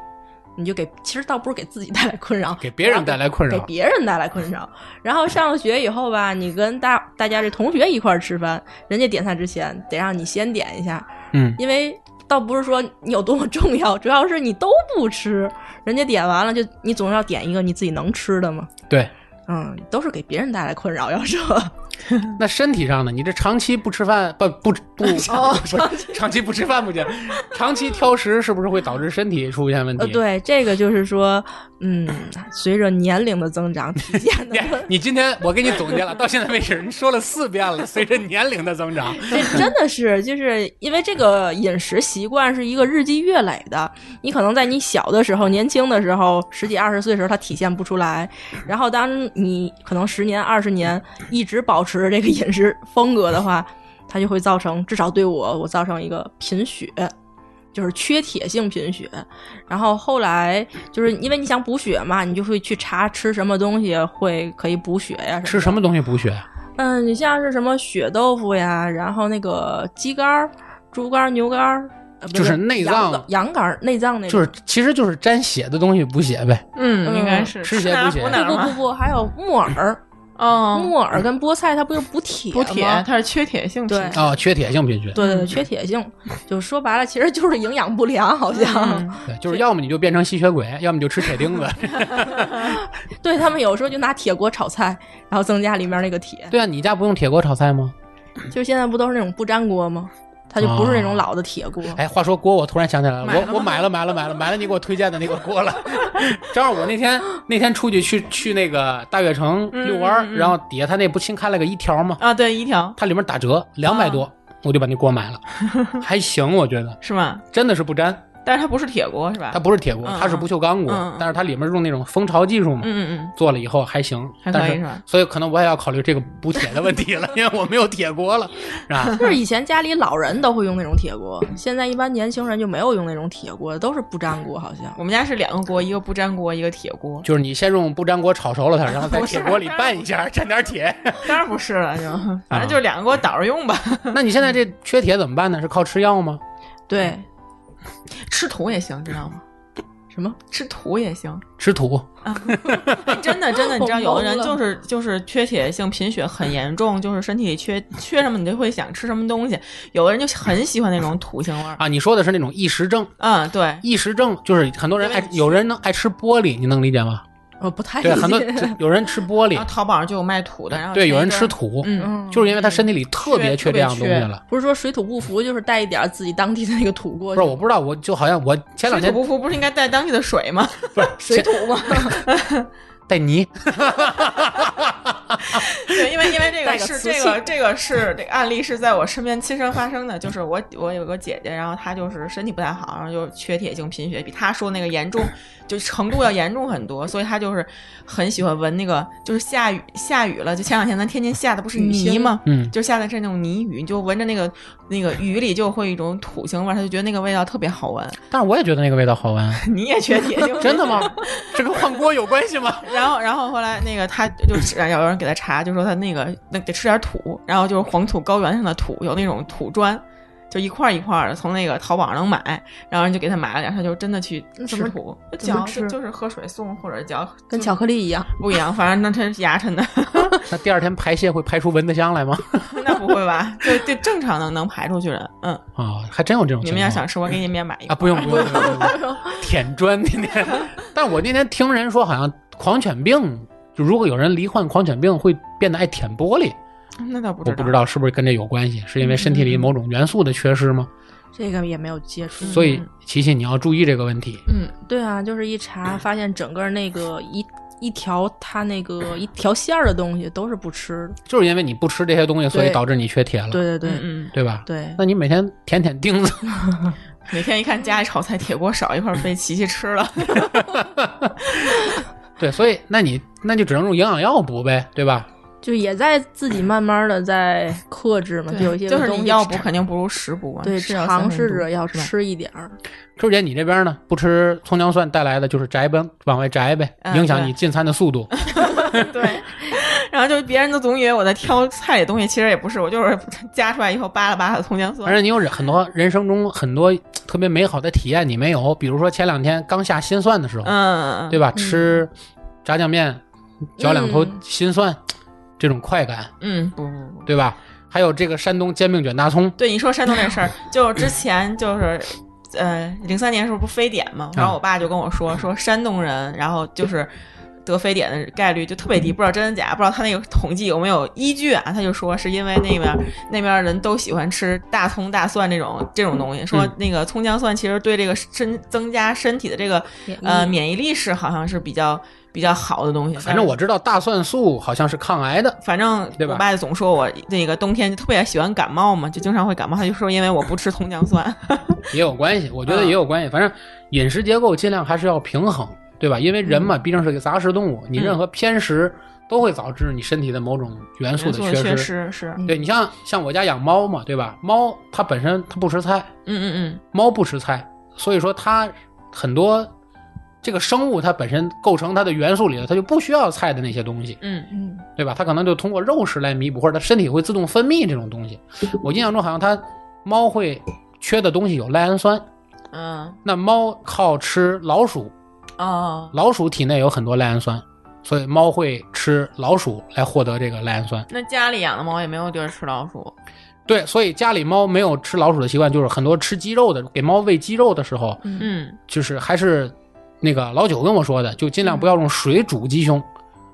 C: 你就给其实倒不是给自己带来困扰，
A: 给别人带来困
C: 给
A: 扰。
C: 别人带来困
A: <laughs>
C: 扰。然后上了学以后吧，你跟大大家这同学一块儿吃饭，人家点菜之前得让你先点一下，
A: 嗯，
C: 因为倒不是说你有多么重要，主要是你都不吃，人家点完了就你总要点一个你自己能吃的嘛。
A: 对。
C: 嗯，都是给别人带来困扰，要说
A: 嗯那身体上呢？你这长期不吃饭，不不
C: <laughs>
A: 不，哦，长期不吃饭不行，长期挑食是不是会导致身体出现问
C: 呃，
A: 题？。
C: 对，这个就是说，嗯，随着年龄的增长，体
A: <laughs>
C: 现的
B: <laughs>
A: 你今天我给你总结了，到现在为止你说了四遍了。随着年龄的增长，
C: 这真的是，就是因为这个饮食习惯是一个日积月累的。你可能在你小的时候、年轻的时候，十几二十岁的时候，它体现不出来。然后，当你可能十年、二十年一直保持着这个饮食风格的话，它就会造成，至少对我，我造成一个贫血。就是缺铁性贫血。然后后来就是因为你想补血嘛，你就会去查吃什么东西会可以补血呀、
A: 吃什么东西补血？啊
C: 嗯，你像是什么血豆腐呀，然后那个鸡肝儿、猪肝儿、牛肝儿，呃、不
A: 就是内
C: 羊
A: 脏
C: 肝羊肝儿、内脏那
A: 就
C: 种。
A: 是其实就是沾血的东西补血呗。
B: 嗯，应该
C: 嗯
B: 是
A: 吃血
B: 哪
A: 补
B: 儿
A: 血
B: 补哪
C: 不
B: 儿
C: 不不
B: 嘛。
C: 不，还有木耳，
A: 嗯
B: 哦，
C: 木耳跟菠菜它不是补铁
B: 补铁
C: 吗，
B: 它是缺铁性贫
C: 对
B: 血。 <laughs>
A: 啊、缺铁性贫血，
C: 对对对，
B: 嗯
C: 缺铁性，就说白了，其实就是营养不良，好像。
B: 嗯
A: 对，就是要么你就变成吸血鬼，要么你就吃铁钉子。
C: 对他们有时候就拿铁锅炒菜，然后增加里面那个铁。
A: 对啊，你家不用铁锅炒菜吗？
C: 就是现在不都是那种不粘锅吗？它就不是那种老的铁锅。
A: 哎，话说锅，我突然想起来了，
B: 买了吗
A: 我我买了买了买了买了你给我推荐的那个锅了。 <laughs> 正好我那天那天出去去去那个大悦城遛弯儿，
B: 嗯嗯嗯
A: 然后底下他那不新开了个一条吗？
B: 啊，对，一条
A: 它里面打折两百多，我就把那锅买
B: <laughs>
A: 了，还行，我觉得
B: 是吗？
A: 真的是不粘，
B: 但是它不是铁锅是吧？
A: 它不是铁锅，
B: 嗯
A: 它是不锈钢锅，
B: 嗯嗯
A: 但是它里面用那种蜂巢技术嘛，
B: 嗯嗯嗯，
A: 做了以后还行，
B: 还可
A: 但
B: 以
A: 是
B: 是吧？
A: 所以可能我也要考虑这个补铁的问题了，因为我没有铁锅
B: <laughs>
A: 了，是吧？
C: 就是以前家里老人都会用那种铁锅，现在一般年轻人就没有用那种铁锅，都是不粘锅，好像。
B: 我们家是两个锅，一个不粘锅，一个铁锅。
A: 就是你先用不粘锅炒熟了它，然
B: <laughs>
A: 后在
B: 不是
A: 铁锅里拌一下，蘸点铁。
B: <laughs> 当然不是
A: <laughs>
B: 了，就
A: 啊
B: 反正就是两个锅倒着用吧。
A: 那你现在这缺铁怎么办呢？是靠吃药吗？
C: 对，
B: <laughs> 吃土也行，知道吗？
C: 什么？
B: 吃土也 <laughs> 行，
A: 吃土？
B: 哎真的真的，你知道，有的人
C: 我懵
B: 就
C: 了
B: 是就是缺铁性贫血很严重，就是身体里缺缺什么你就会想吃什么东西。有的人就很喜欢那种土腥味儿，
A: 啊？你说的是那种异食症？
B: 嗯，对，
A: 异食症就是很多人爱，有人能爱吃玻璃，你能理解吗？
B: <laughs>
C: 我哦不太理
A: 对，啊很多
C: 解。
A: 有人吃玻璃
B: 然后，淘宝上就有卖土啊的，然后
A: 对，有人
B: 前一
A: 吃
B: 阵，
A: 土，
B: 嗯，
C: 嗯，
A: 就是因为他身体里特别缺这样东西了。
C: 不是说水土不服，就是带一点自己当地的那个土
A: 不
C: 过去。
A: 是，我不知道，我就好像我前两
B: 水土
A: 天
B: 不服不是应该带当地的水吗？
A: 不 <laughs> 是
C: 水土嘛，
B: <laughs>
A: 带泥，
B: <laughs> 对，因为因为这
C: 带
B: 个
C: 个
B: 是
C: 瓷
B: 这
C: 器
B: 个这个是这个案例是在我身边亲身发生的，就是我我有个姐姐，然后她就是身体不太好，然后就缺铁性贫血，比她说那个严重，就程度要严重很多，所以她就是很喜欢闻那个，就是下雨下雨了，就前两天咱天津下的不是雨
C: 雨
B: 泥
C: 腥
B: 吗？
A: 嗯，
B: 就下的是那种泥雨，你就闻着那个那个雨里就会有一种土腥味儿，她就觉得那个味道特别好闻。 <laughs>
A: 但是我也觉得那个味道好闻，
B: 你也缺铁性贫
A: <laughs>
B: 血，
A: 真的吗？ <laughs> 这跟换锅有关系吗？
B: 然后，然后后来那个他就是有人给他查，就说他那个那得吃点土，然后就是黄土高原上的土，有那种土砖，就一块儿一块儿的，从那个淘宝上能买，然后人就给他买了点，他就真的去
C: 那怎
B: 吃
C: 么
B: 土，就
C: 怎么
B: 嚼
C: 吃
B: 就就是喝水送或者嚼，
C: 跟
B: 就
C: 巧克力一样。 <laughs>
B: 不一样，反正那真是牙碜的， <laughs>
A: 那第二天排泄会排出蚊子香来吗？
B: 那不会吧？就就正常能能排出去的，嗯，
A: 啊，还真有这种
B: 你
A: 情况。
B: 们要想吃，我给你们也买一个
A: 啊，不用不用不 <laughs> 用，不用舔砖天 <laughs> 天。但我那天听人说，好像狂犬病，就如果有人罹患狂犬病，会变得爱舔玻璃。
B: 那倒不
A: 我
B: 知
A: 不知道是不是跟这有关系，是因为身体里某种元素的缺失吗？
C: 这个也没有接触，
A: 所以琪琪，你要注意这个问题。
B: 嗯，
C: 对啊，就是一查发现整个那个一一条它那个一条线儿的东西都是不吃的。
A: 就是因为你不吃这些东西，所以
C: 对
A: 导致你缺铁了，
C: 对对对、
B: 嗯嗯，
A: 对吧？
C: 对，
A: 那你每天舔舔钉子，
B: 每天一看家里炒菜铁锅少一块儿
A: <laughs>
B: 被琪琪吃了，
A: 对，所以那你那就只能用营养药补呗，对吧？
C: 就也在自己慢慢的在克制嘛，有一些
B: 就是
C: 东
B: 你
C: 西
B: 要补
C: 尝
B: 肯定不如食补啊，
C: 对
B: 是有三
C: 尝
B: 分
C: 试
B: 毒
C: 着要
B: 是吧
C: 吃一点儿。
A: 周姐，你这边呢？不吃葱姜蒜带来的就是宅呗，往外宅呗，
B: 嗯
A: 影响
B: 对嗯
A: 你进餐的速度。
B: <laughs> 对，然后就是别人都总以为我在挑菜里东西，其实也不是，我就是 <laughs> 夹出来以后扒拉扒拉葱姜
A: 而
B: 蒜。
A: 且你有很多人生中很多特别美好的体验，你没有，比如说前两天刚下新蒜的时候，
B: 嗯，
A: 对吧？吃炸酱面，嚼两口
C: 嗯
A: 新蒜，这种快感，
B: 嗯，不不不，
A: 对吧？还有这个山东煎饼卷大葱，
B: 对你说山东这事儿，就之前就是。呃，零三年时候不非典嘛，
A: 啊
B: 然后我爸就跟我说，说山东人，然后就是得非典的概率就特别低，不知道真的假，不知道他那个统计有没有依据啊？他就说是因为那边那边人都喜欢吃大葱大蒜这种这种东西，说
A: 嗯
B: 那个葱姜蒜其实对这个身增加身体的这个
C: 嗯
B: 呃，免疫力是好像是比较比较好的东西。
A: 反正我知道大蒜素好像是抗癌的，
B: 反正
A: 对吧
B: 我爸总说我那个冬天就特别喜欢感冒嘛，就经常会感冒。他就说因为我不吃葱姜蒜，
A: 也有关系，我觉得也有关系。反正饮嗯食结构尽量还是要平衡，对吧？因为人嘛，毕竟是个杂食动物，你任何偏食都会导致你身体的某种元素的
B: 做
A: 缺失。
B: 缺失是，嗯
A: 对你像像我家养猫嘛，对吧？猫它本身它不吃菜，
B: 嗯
A: 猫不吃菜，所以说它很多这个生物它本身构成它的元素里头，它就不需要菜的那些东西，
B: 嗯嗯，
C: 嗯，
A: 对吧？它可能就通过肉食来弥补，或者它身体会自动分泌这种东西。我印象中好像它猫会缺的东西有赖氨酸，
B: 嗯
A: 那猫靠吃老鼠，
B: 哦，
A: 老鼠体内有很多赖氨酸，所以猫会吃老鼠来获得这个赖氨酸。
B: 那家里养的猫也没有地儿吃老鼠，
A: 对，所以家里猫没有吃老鼠的习惯，就是很多吃鸡肉的，给猫喂鸡肉的时候，
B: 嗯
A: 就是还是那个老九跟我说的，就尽量不要用水煮鸡胸，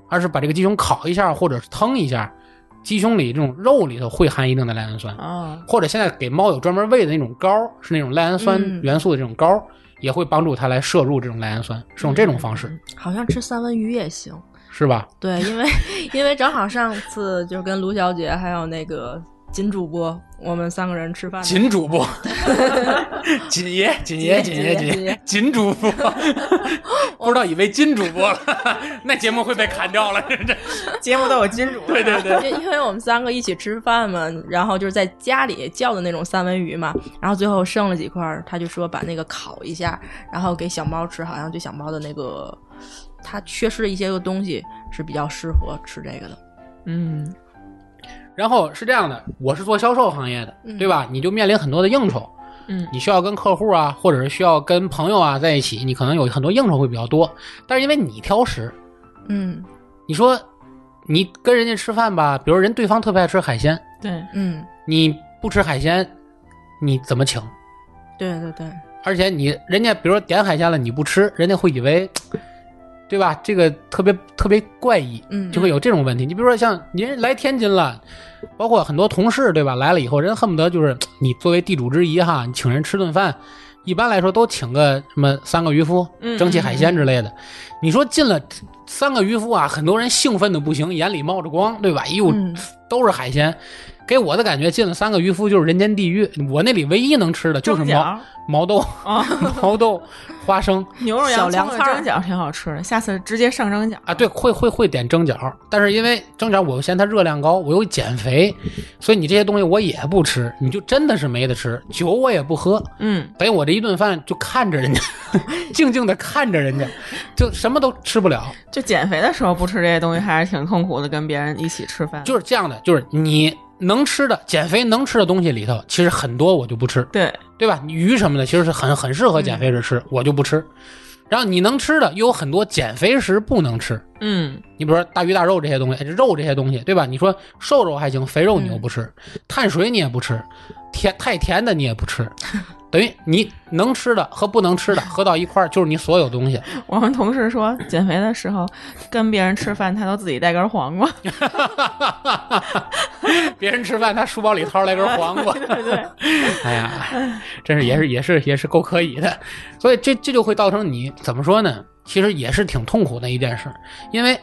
A: 而是把这个鸡胸烤一下或者是烹一下，鸡胸里这种肉里头会含一定的赖氨酸，
B: 哦，
A: 或者现在给猫有专门喂的那种膏，是那种赖氨酸
C: 嗯
A: 元素的这种膏，也会帮助它来摄入这种赖氨酸，是用这种方式，
C: 好像吃三文鱼也行。
A: 是吧？
C: 对，因为因为正好上次就是跟卢小姐还有那个金主播，我们三个人吃饭的时候，
A: 锦主 <laughs> 播，锦爷，锦爷，
C: 锦
A: 锦爷，
C: 爷锦爷
A: <laughs> 锦爷，锦主播，不知道以为金主播了， <laughs> 那节目会被砍掉了， <laughs> 这
B: 节目都有金主，
A: 对对对，
C: 因因为我们三个一起吃饭嘛，然后就是在家里叫的那种三文鱼嘛，然后最后剩了几块儿，他就说把那个烤一下，然后给小猫吃，好像对小猫的那个它缺失的一些个东西是比较适合吃这个的。
B: <laughs> 嗯
A: 然后是这样的，我是做销售行业的
C: 嗯，
A: 对吧？你就面临很多的应酬，
B: 嗯
A: 你需要跟客户啊，或者是需要跟朋友啊在一起，你可能有很多应酬会比较多。但是因为你挑食，
C: 嗯
A: 你说你跟人家吃饭吧，比如人对方特别爱吃海鲜，
B: 对，
C: 嗯，
A: 你不吃海鲜，你怎么请？
C: 对对对，
A: 而且你人家比如说点海鲜了，你不吃，人家会以为，对吧？这个特别特别怪异，
C: 嗯
A: 就会有这种问题。你比如说像您来天津了，包括很多同事对吧？来了以后，人恨不得就是你作为地主之谊哈，你请人吃顿饭，一般来说都请个什么三个渔夫
B: 嗯、
A: 蒸汽海鲜之类的。你说进了三个渔夫啊，很多人兴奋的不行，眼里冒着光，对吧？哎呦，
C: 嗯
A: 都是海鲜。给我的感觉，进了三个渔夫就是人间地狱。我那里唯一能吃的就是
B: 蒸
A: 毛
B: 饺
A: 毛豆，
B: 啊，
A: <laughs> 毛豆、花生
B: 牛肉
C: 小
B: 洋
C: 凉
B: 葱的
C: 菜儿
B: 蒸饺挺好吃的，下次直接上蒸饺
A: 啊，对，会会会点蒸饺，但是因为蒸饺我又嫌它热量高，我又减肥，所以你这些东西我也不吃，你就真的是没得吃。酒我也不喝，
B: 嗯
A: 等于我这一顿饭就看着人家， <laughs> 静静的看着人家，就什么都吃不了。
B: 就减肥的时候不吃这些东西还是挺痛苦的，跟别人一起吃饭，
A: 就是这样的，就是你能吃的减肥能吃的东西里头，其实很多我就不吃，
B: 对，
A: 对吧？你鱼什么的其实是很很适合减肥时吃，我就不吃。然后你能吃的又有很多减肥时不能吃，
B: 嗯
A: 你比如说大鱼大肉这些东西，哎这肉这些东西，对吧？你说瘦肉还行，肥肉你又不吃，碳水你也不吃，甜太甜的你也不吃，等于你能吃的和不能吃的合到一块儿就是你所有东西。 <laughs>
B: 我们同事说，减肥的时候跟别人吃饭，他都自己带根黄瓜。
A: 别人吃饭，他书包里掏出来根黄瓜，
B: <laughs> 对 <laughs> 对，
A: <laughs> 哎呀，真是也是也是也是够可以的，所以这这就会造成你怎么说呢？其实也是挺痛苦的一件事，因为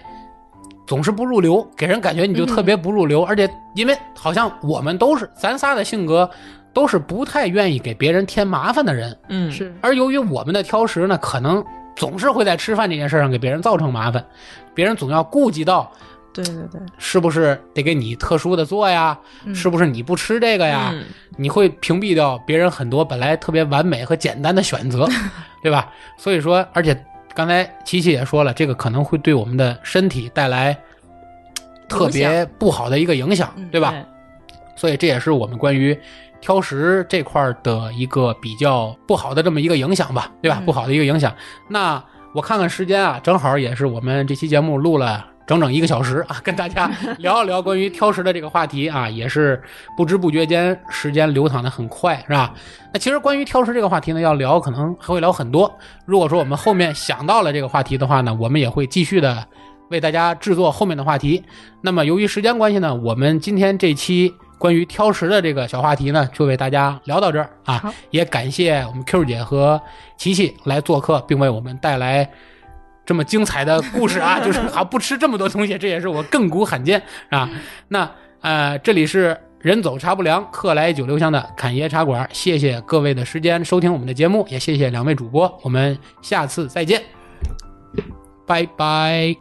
A: 总是不入流，给人感觉你就特别不入流，而且因为好像我们都是咱仨的性格都是不太愿意给别人添麻烦的人，
B: 嗯，
C: 是
A: 而由于我们的挑食呢，可能总是会在吃饭这件事上给别人造成麻烦，别人总要顾及到
C: 对对对，
A: 是不是得给你特殊的做呀，
C: 嗯
A: 是不是你不吃这个呀？
B: 嗯
A: 你会屏蔽掉别人很多本来特别完美和简单的选择，对吧？所以说，而且刚才琪琪也说了，这个可能会对我们的身体带来特别不好的一个影响
C: 嗯，
A: 对吧？所以这也是我们关于挑食这块儿的一个比较不好的这么一个影响吧，对吧？
C: 嗯
A: 不好的一个影响。那我看看时间啊，正好也是我们这期节目录了。整整一个小时啊，跟大家聊一聊关于挑食的这个话题啊，也是不知不觉间时间流淌的很快，是吧？那其实关于挑食这个话题呢，要聊可能还会聊很多。如果说我们后面想到了这个话题的话呢，我们也会继续的为大家制作后面的话题。那么由于时间关系呢，我们今天这期关于挑食的这个小话题呢，就为大家聊到这儿啊
C: 好。
A: 也感谢我们 Q 姐和琪琪来做客，并为我们带来。这么精彩的故事啊， <laughs> 就是啊，不吃这么多东西，这也是我亘古罕见啊。那呃，这里是人走茶不凉，客来酒留香的侃爷茶馆，谢谢各位的时间收听我们的节目，也谢谢两位主播，我们下次再见，拜拜。